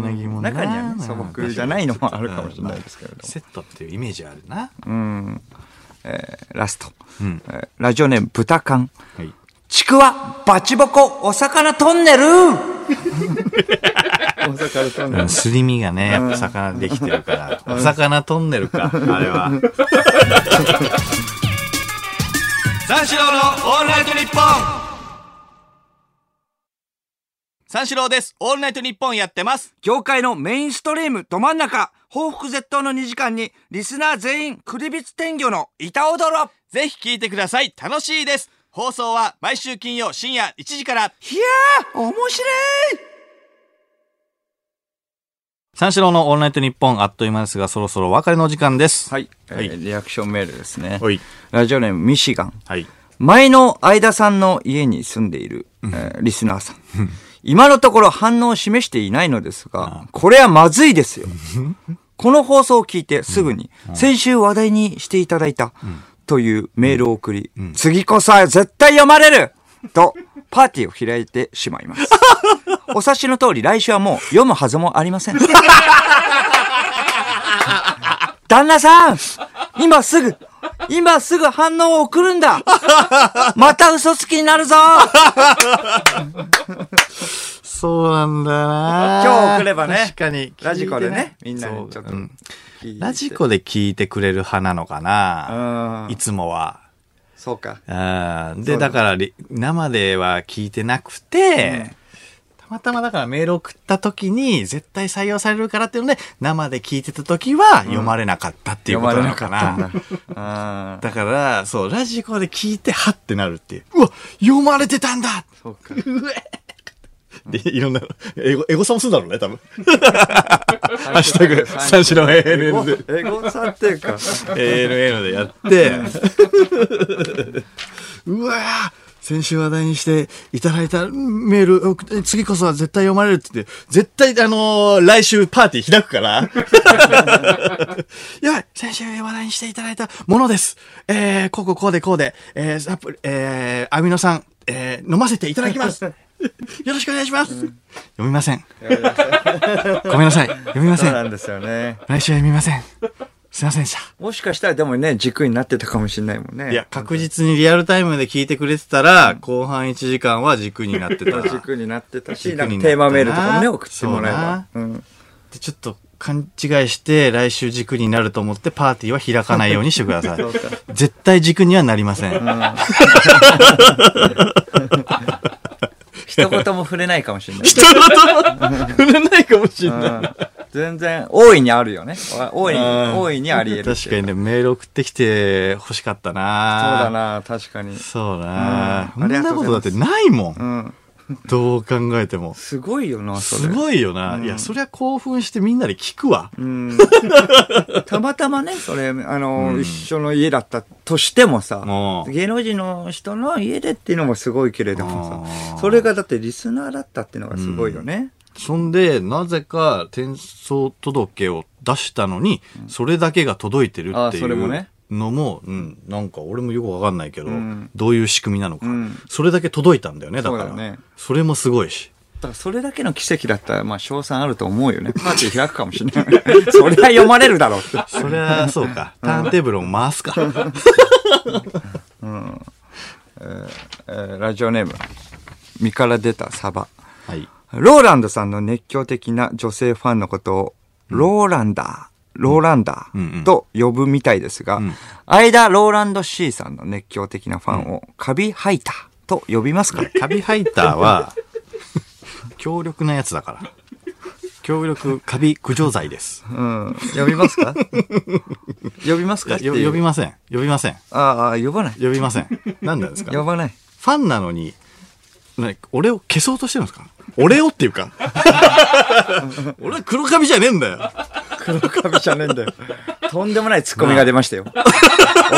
な疑問な
中にはね素朴じゃないのもあるかもしれないですけれども
セットっていうイメージあるな。
ラスト、えーラジオネーム豚缶
はい。
ちくわ、バチボコ、お魚トンネル
うんすり身がね、やっぱ魚できてるから、お魚トンネルか、あれは。
ン 三四郎のオールナイトニッポン三四郎です。オールナイトニッポンやってます。
業界のメインストリームど真ん中、報復絶倒の2時間に、リスナー全員、クリビツ天魚の板踊ろ
ぜひ聞いてください。楽しいです。放送は毎週金曜深夜1時から。
いやー、面白い
三四郎のオールナイトニッポン、あっという間ですが、そろそろお別れのお時間です。
はい、えー
はい
リアクションメールですね。
はい
ラジオネーム、ミシガン。
はい。
前の相田さんの家に住んでいる、えーリスナーさん。今のところ反応を示していないのですが、これはまずいですよ。この放送を聞いてすぐに、先週話題にしていただいた、というメールを送り、次こそは絶対読まれると、パーティーを開いてしまいます。 お察しの通り、来週はもう読むはずもありま せん。旦那さん今すぐ今すぐ反応を送るんだまた嘘つきになるぞ
そうなんだな
今日送ればね
確かに。
ラジコでね
聞いて
みんなにちょっと
そううん
聞いて
ラジコで聞いてくれる派なのかな
うん
いつもは。
そうか。
うんで、
うだ
だからリ、生では聞いてなくて、たまたまだからメール送った時に、絶対採用されるからっていうので、生で聞いてた時は読まれなかったっていうことなのかな。
ああ、
だから、そう、ラジコで聞いて、はってなるっていう。うわ、読まれてたんだ
そうか。
うえで、いろんな、エゴ、エゴサもするんだろうね、多分。ハッシュタグ、三四郎 ANN で。
エゴサってい うか。
ANN でやって、 うわー先週話題にしていただいたメールを、次こそは絶対読まれるって言って、絶対、あのー来週パーティー開くから。 やばい先週話題にしていただいたものです。えー、こうこうこうでこうで、えー、サプリ、えー、アミノ酸、えー、飲ませていただきます。よろしくお願いします。読みませ ん。ごめんなさい。読みま
そ
せ。
うなんんですよね。
来週は読みません。すいませんでした。
もしかしたらでもね、軸になってたかもしれないもんね。
いや、確実にリアルタイムで聞いてくれてたら、後半1時間は軸になってた。
軸になってたし、
軸に
な
なって
んか
な
テーマメールとかもね、送ってもらえば。うん。
でちょっと勘違いして、来週軸になると思って、パーティーは開かないようにしてください。絶対軸にはなりません。
一言も触れないかもしれない。
触れないかもしれい。
うん全然、大いにあるよね。大いに、大いにあり得るって
確か
いう。
にね、メール送ってきて欲しかった
そうだ
な
な、確かに。
そうだな
うん
そんなことだってないも。
うんん。
どう考えても。
すごいよな、それ。
すごいよな。いや、そりゃ興奮してみんなで聞くわ。
うん。たまたまね、それ、あの、一緒の家だったとしてもさ、
もう
芸能人の人の家でっていうのもすごいけれども
あー
さ、それがだってリスナーだったっていうのがすごいよね。
そんで、なぜか転送届を出したのに、それだけが届いてる
あ
っ
あ
てい
それも
う
ね
のも、うん、なんか俺もよくわかんないけど、
ん
どういう仕組みなのか、
うん
それだけ届いたんだよね、だ
そう
か
だ
ら。
よ
そ
ね
れもすごいし。
だからそれだけの奇跡だったら、まあ、賞賛あると思うよね。パーティー開くかもしれない。 そりゃ読まれるだろうって。
そりゃ、そう か。ターンテーブルを回すか。
えーラジオネーム、身から出たサバ。
はい。
ローランドさんの熱狂的な女性ファンのことを、ローランダー、ローランダ
うんうん
ーと呼ぶみたいですが、
ん
間ローランド C さんの熱狂的なファンを、カビハイターと呼びますか
カビハイターは、 強力なやつだから。強力カビ駆除剤です。
うん。呼びま すか呼びます
い
か
や
っていう
よ呼びません。呼びません。
ああ、呼ばない。
呼びません。何なんですか
呼ばない。
ファンなのに、な俺を消そうとしてるんですか俺をっていう か。俺は黒髪じゃねえんだよ。
黒髪じゃねえんだよ。 とんでもないツッコミが出 ましたよ。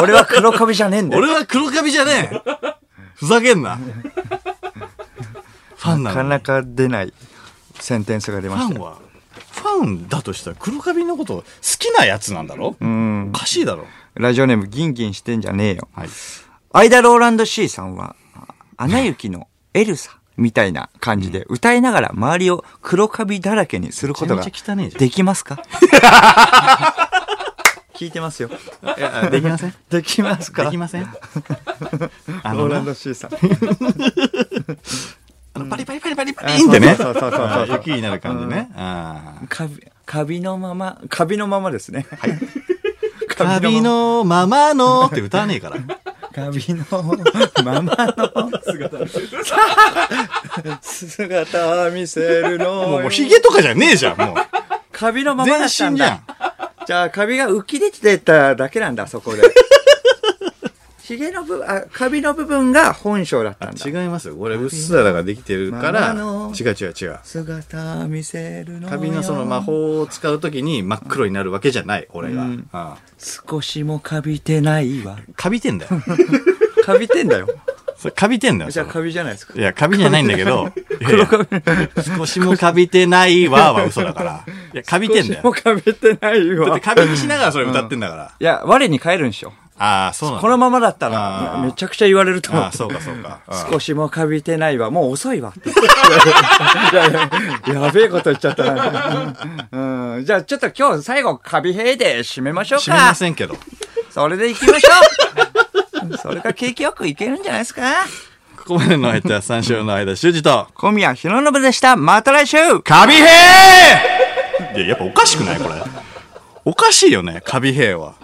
俺は黒髪じゃねえんだよ。
俺は黒髪じゃねえ。ふざけんな。ファン
な
な
か
のに。
なか出ないセンテンスが出
フ
ました
ァン
よ。
は、ファンだとしたら黒髪のこと好きなやつなんだろ
うん
お。かしいだろ。
ラジオネームギンギンしてんじゃねえよ。
はい。
アイダ・ローランド C さんは、アナ雪のエルサみたいな感じで歌いながら周りを黒カビだらけにすること
め
が
ちゃめちゃ汚いじゃん
できま すか聞いてますよ。
できません
できますか
できませんあの
ロー
な
ランド C さん。
あの、パリパリパリパリパリンってね。
そうそうそうそう
あー雪になる感じね。あー
カビ、カビのまま、カビのままですね。 はい。
カビのままのって歌わねえから。
カビのままの姿姿を見せるの
もう、もう、ヒゲとかじゃねえじゃん、もう。
カビのまま
全
だ
身
ったん
じゃん
だ。。じゃあ、カビが浮き出てただけなんだ、そこ で。ヒゲの部分、あ、カビの部分が本性だったんだ。
違いますよ。これ、うっすらができてるから、
ままの
違う違う違う。
姿見せるのよ
カビのその魔法を使うときに真っ黒になるわけじゃない、俺が。うん
少しもカビてないわ。
カビてんだよ。
カビてんだよ。
それカビてんだよ。
じゃあ
そ
カビじゃないですか
れい。や、カビじゃないんだけど、いやいや少しもカビてないわは嘘だから。いや、カビてんだ
少
よ。
しもカビてない
だって。
わ
カビにしながらそれ歌ってんだから。
いや、我に返るんでしょ。
ああ、そうなんだ。
このままだった
あ
ら、
ー
めちゃくちゃ言われると思
あ
う
あ、。そうかそうか。うん
少しもかびてないわ。もう遅いわ。 いやいややべえこと言っちゃったな。うん、じゃあちょっと今日最後、カビ兵で締めましょう
知りま
か。
せんけど。
それで行きましょう。そ れが景気よくいけるんじゃないですか。
ここまでの相手は三章の間、修二と。
小宮弘信でした。また来週
カビ兵いや、やっぱおかしくないこれ。おかしいよね、カビ兵は。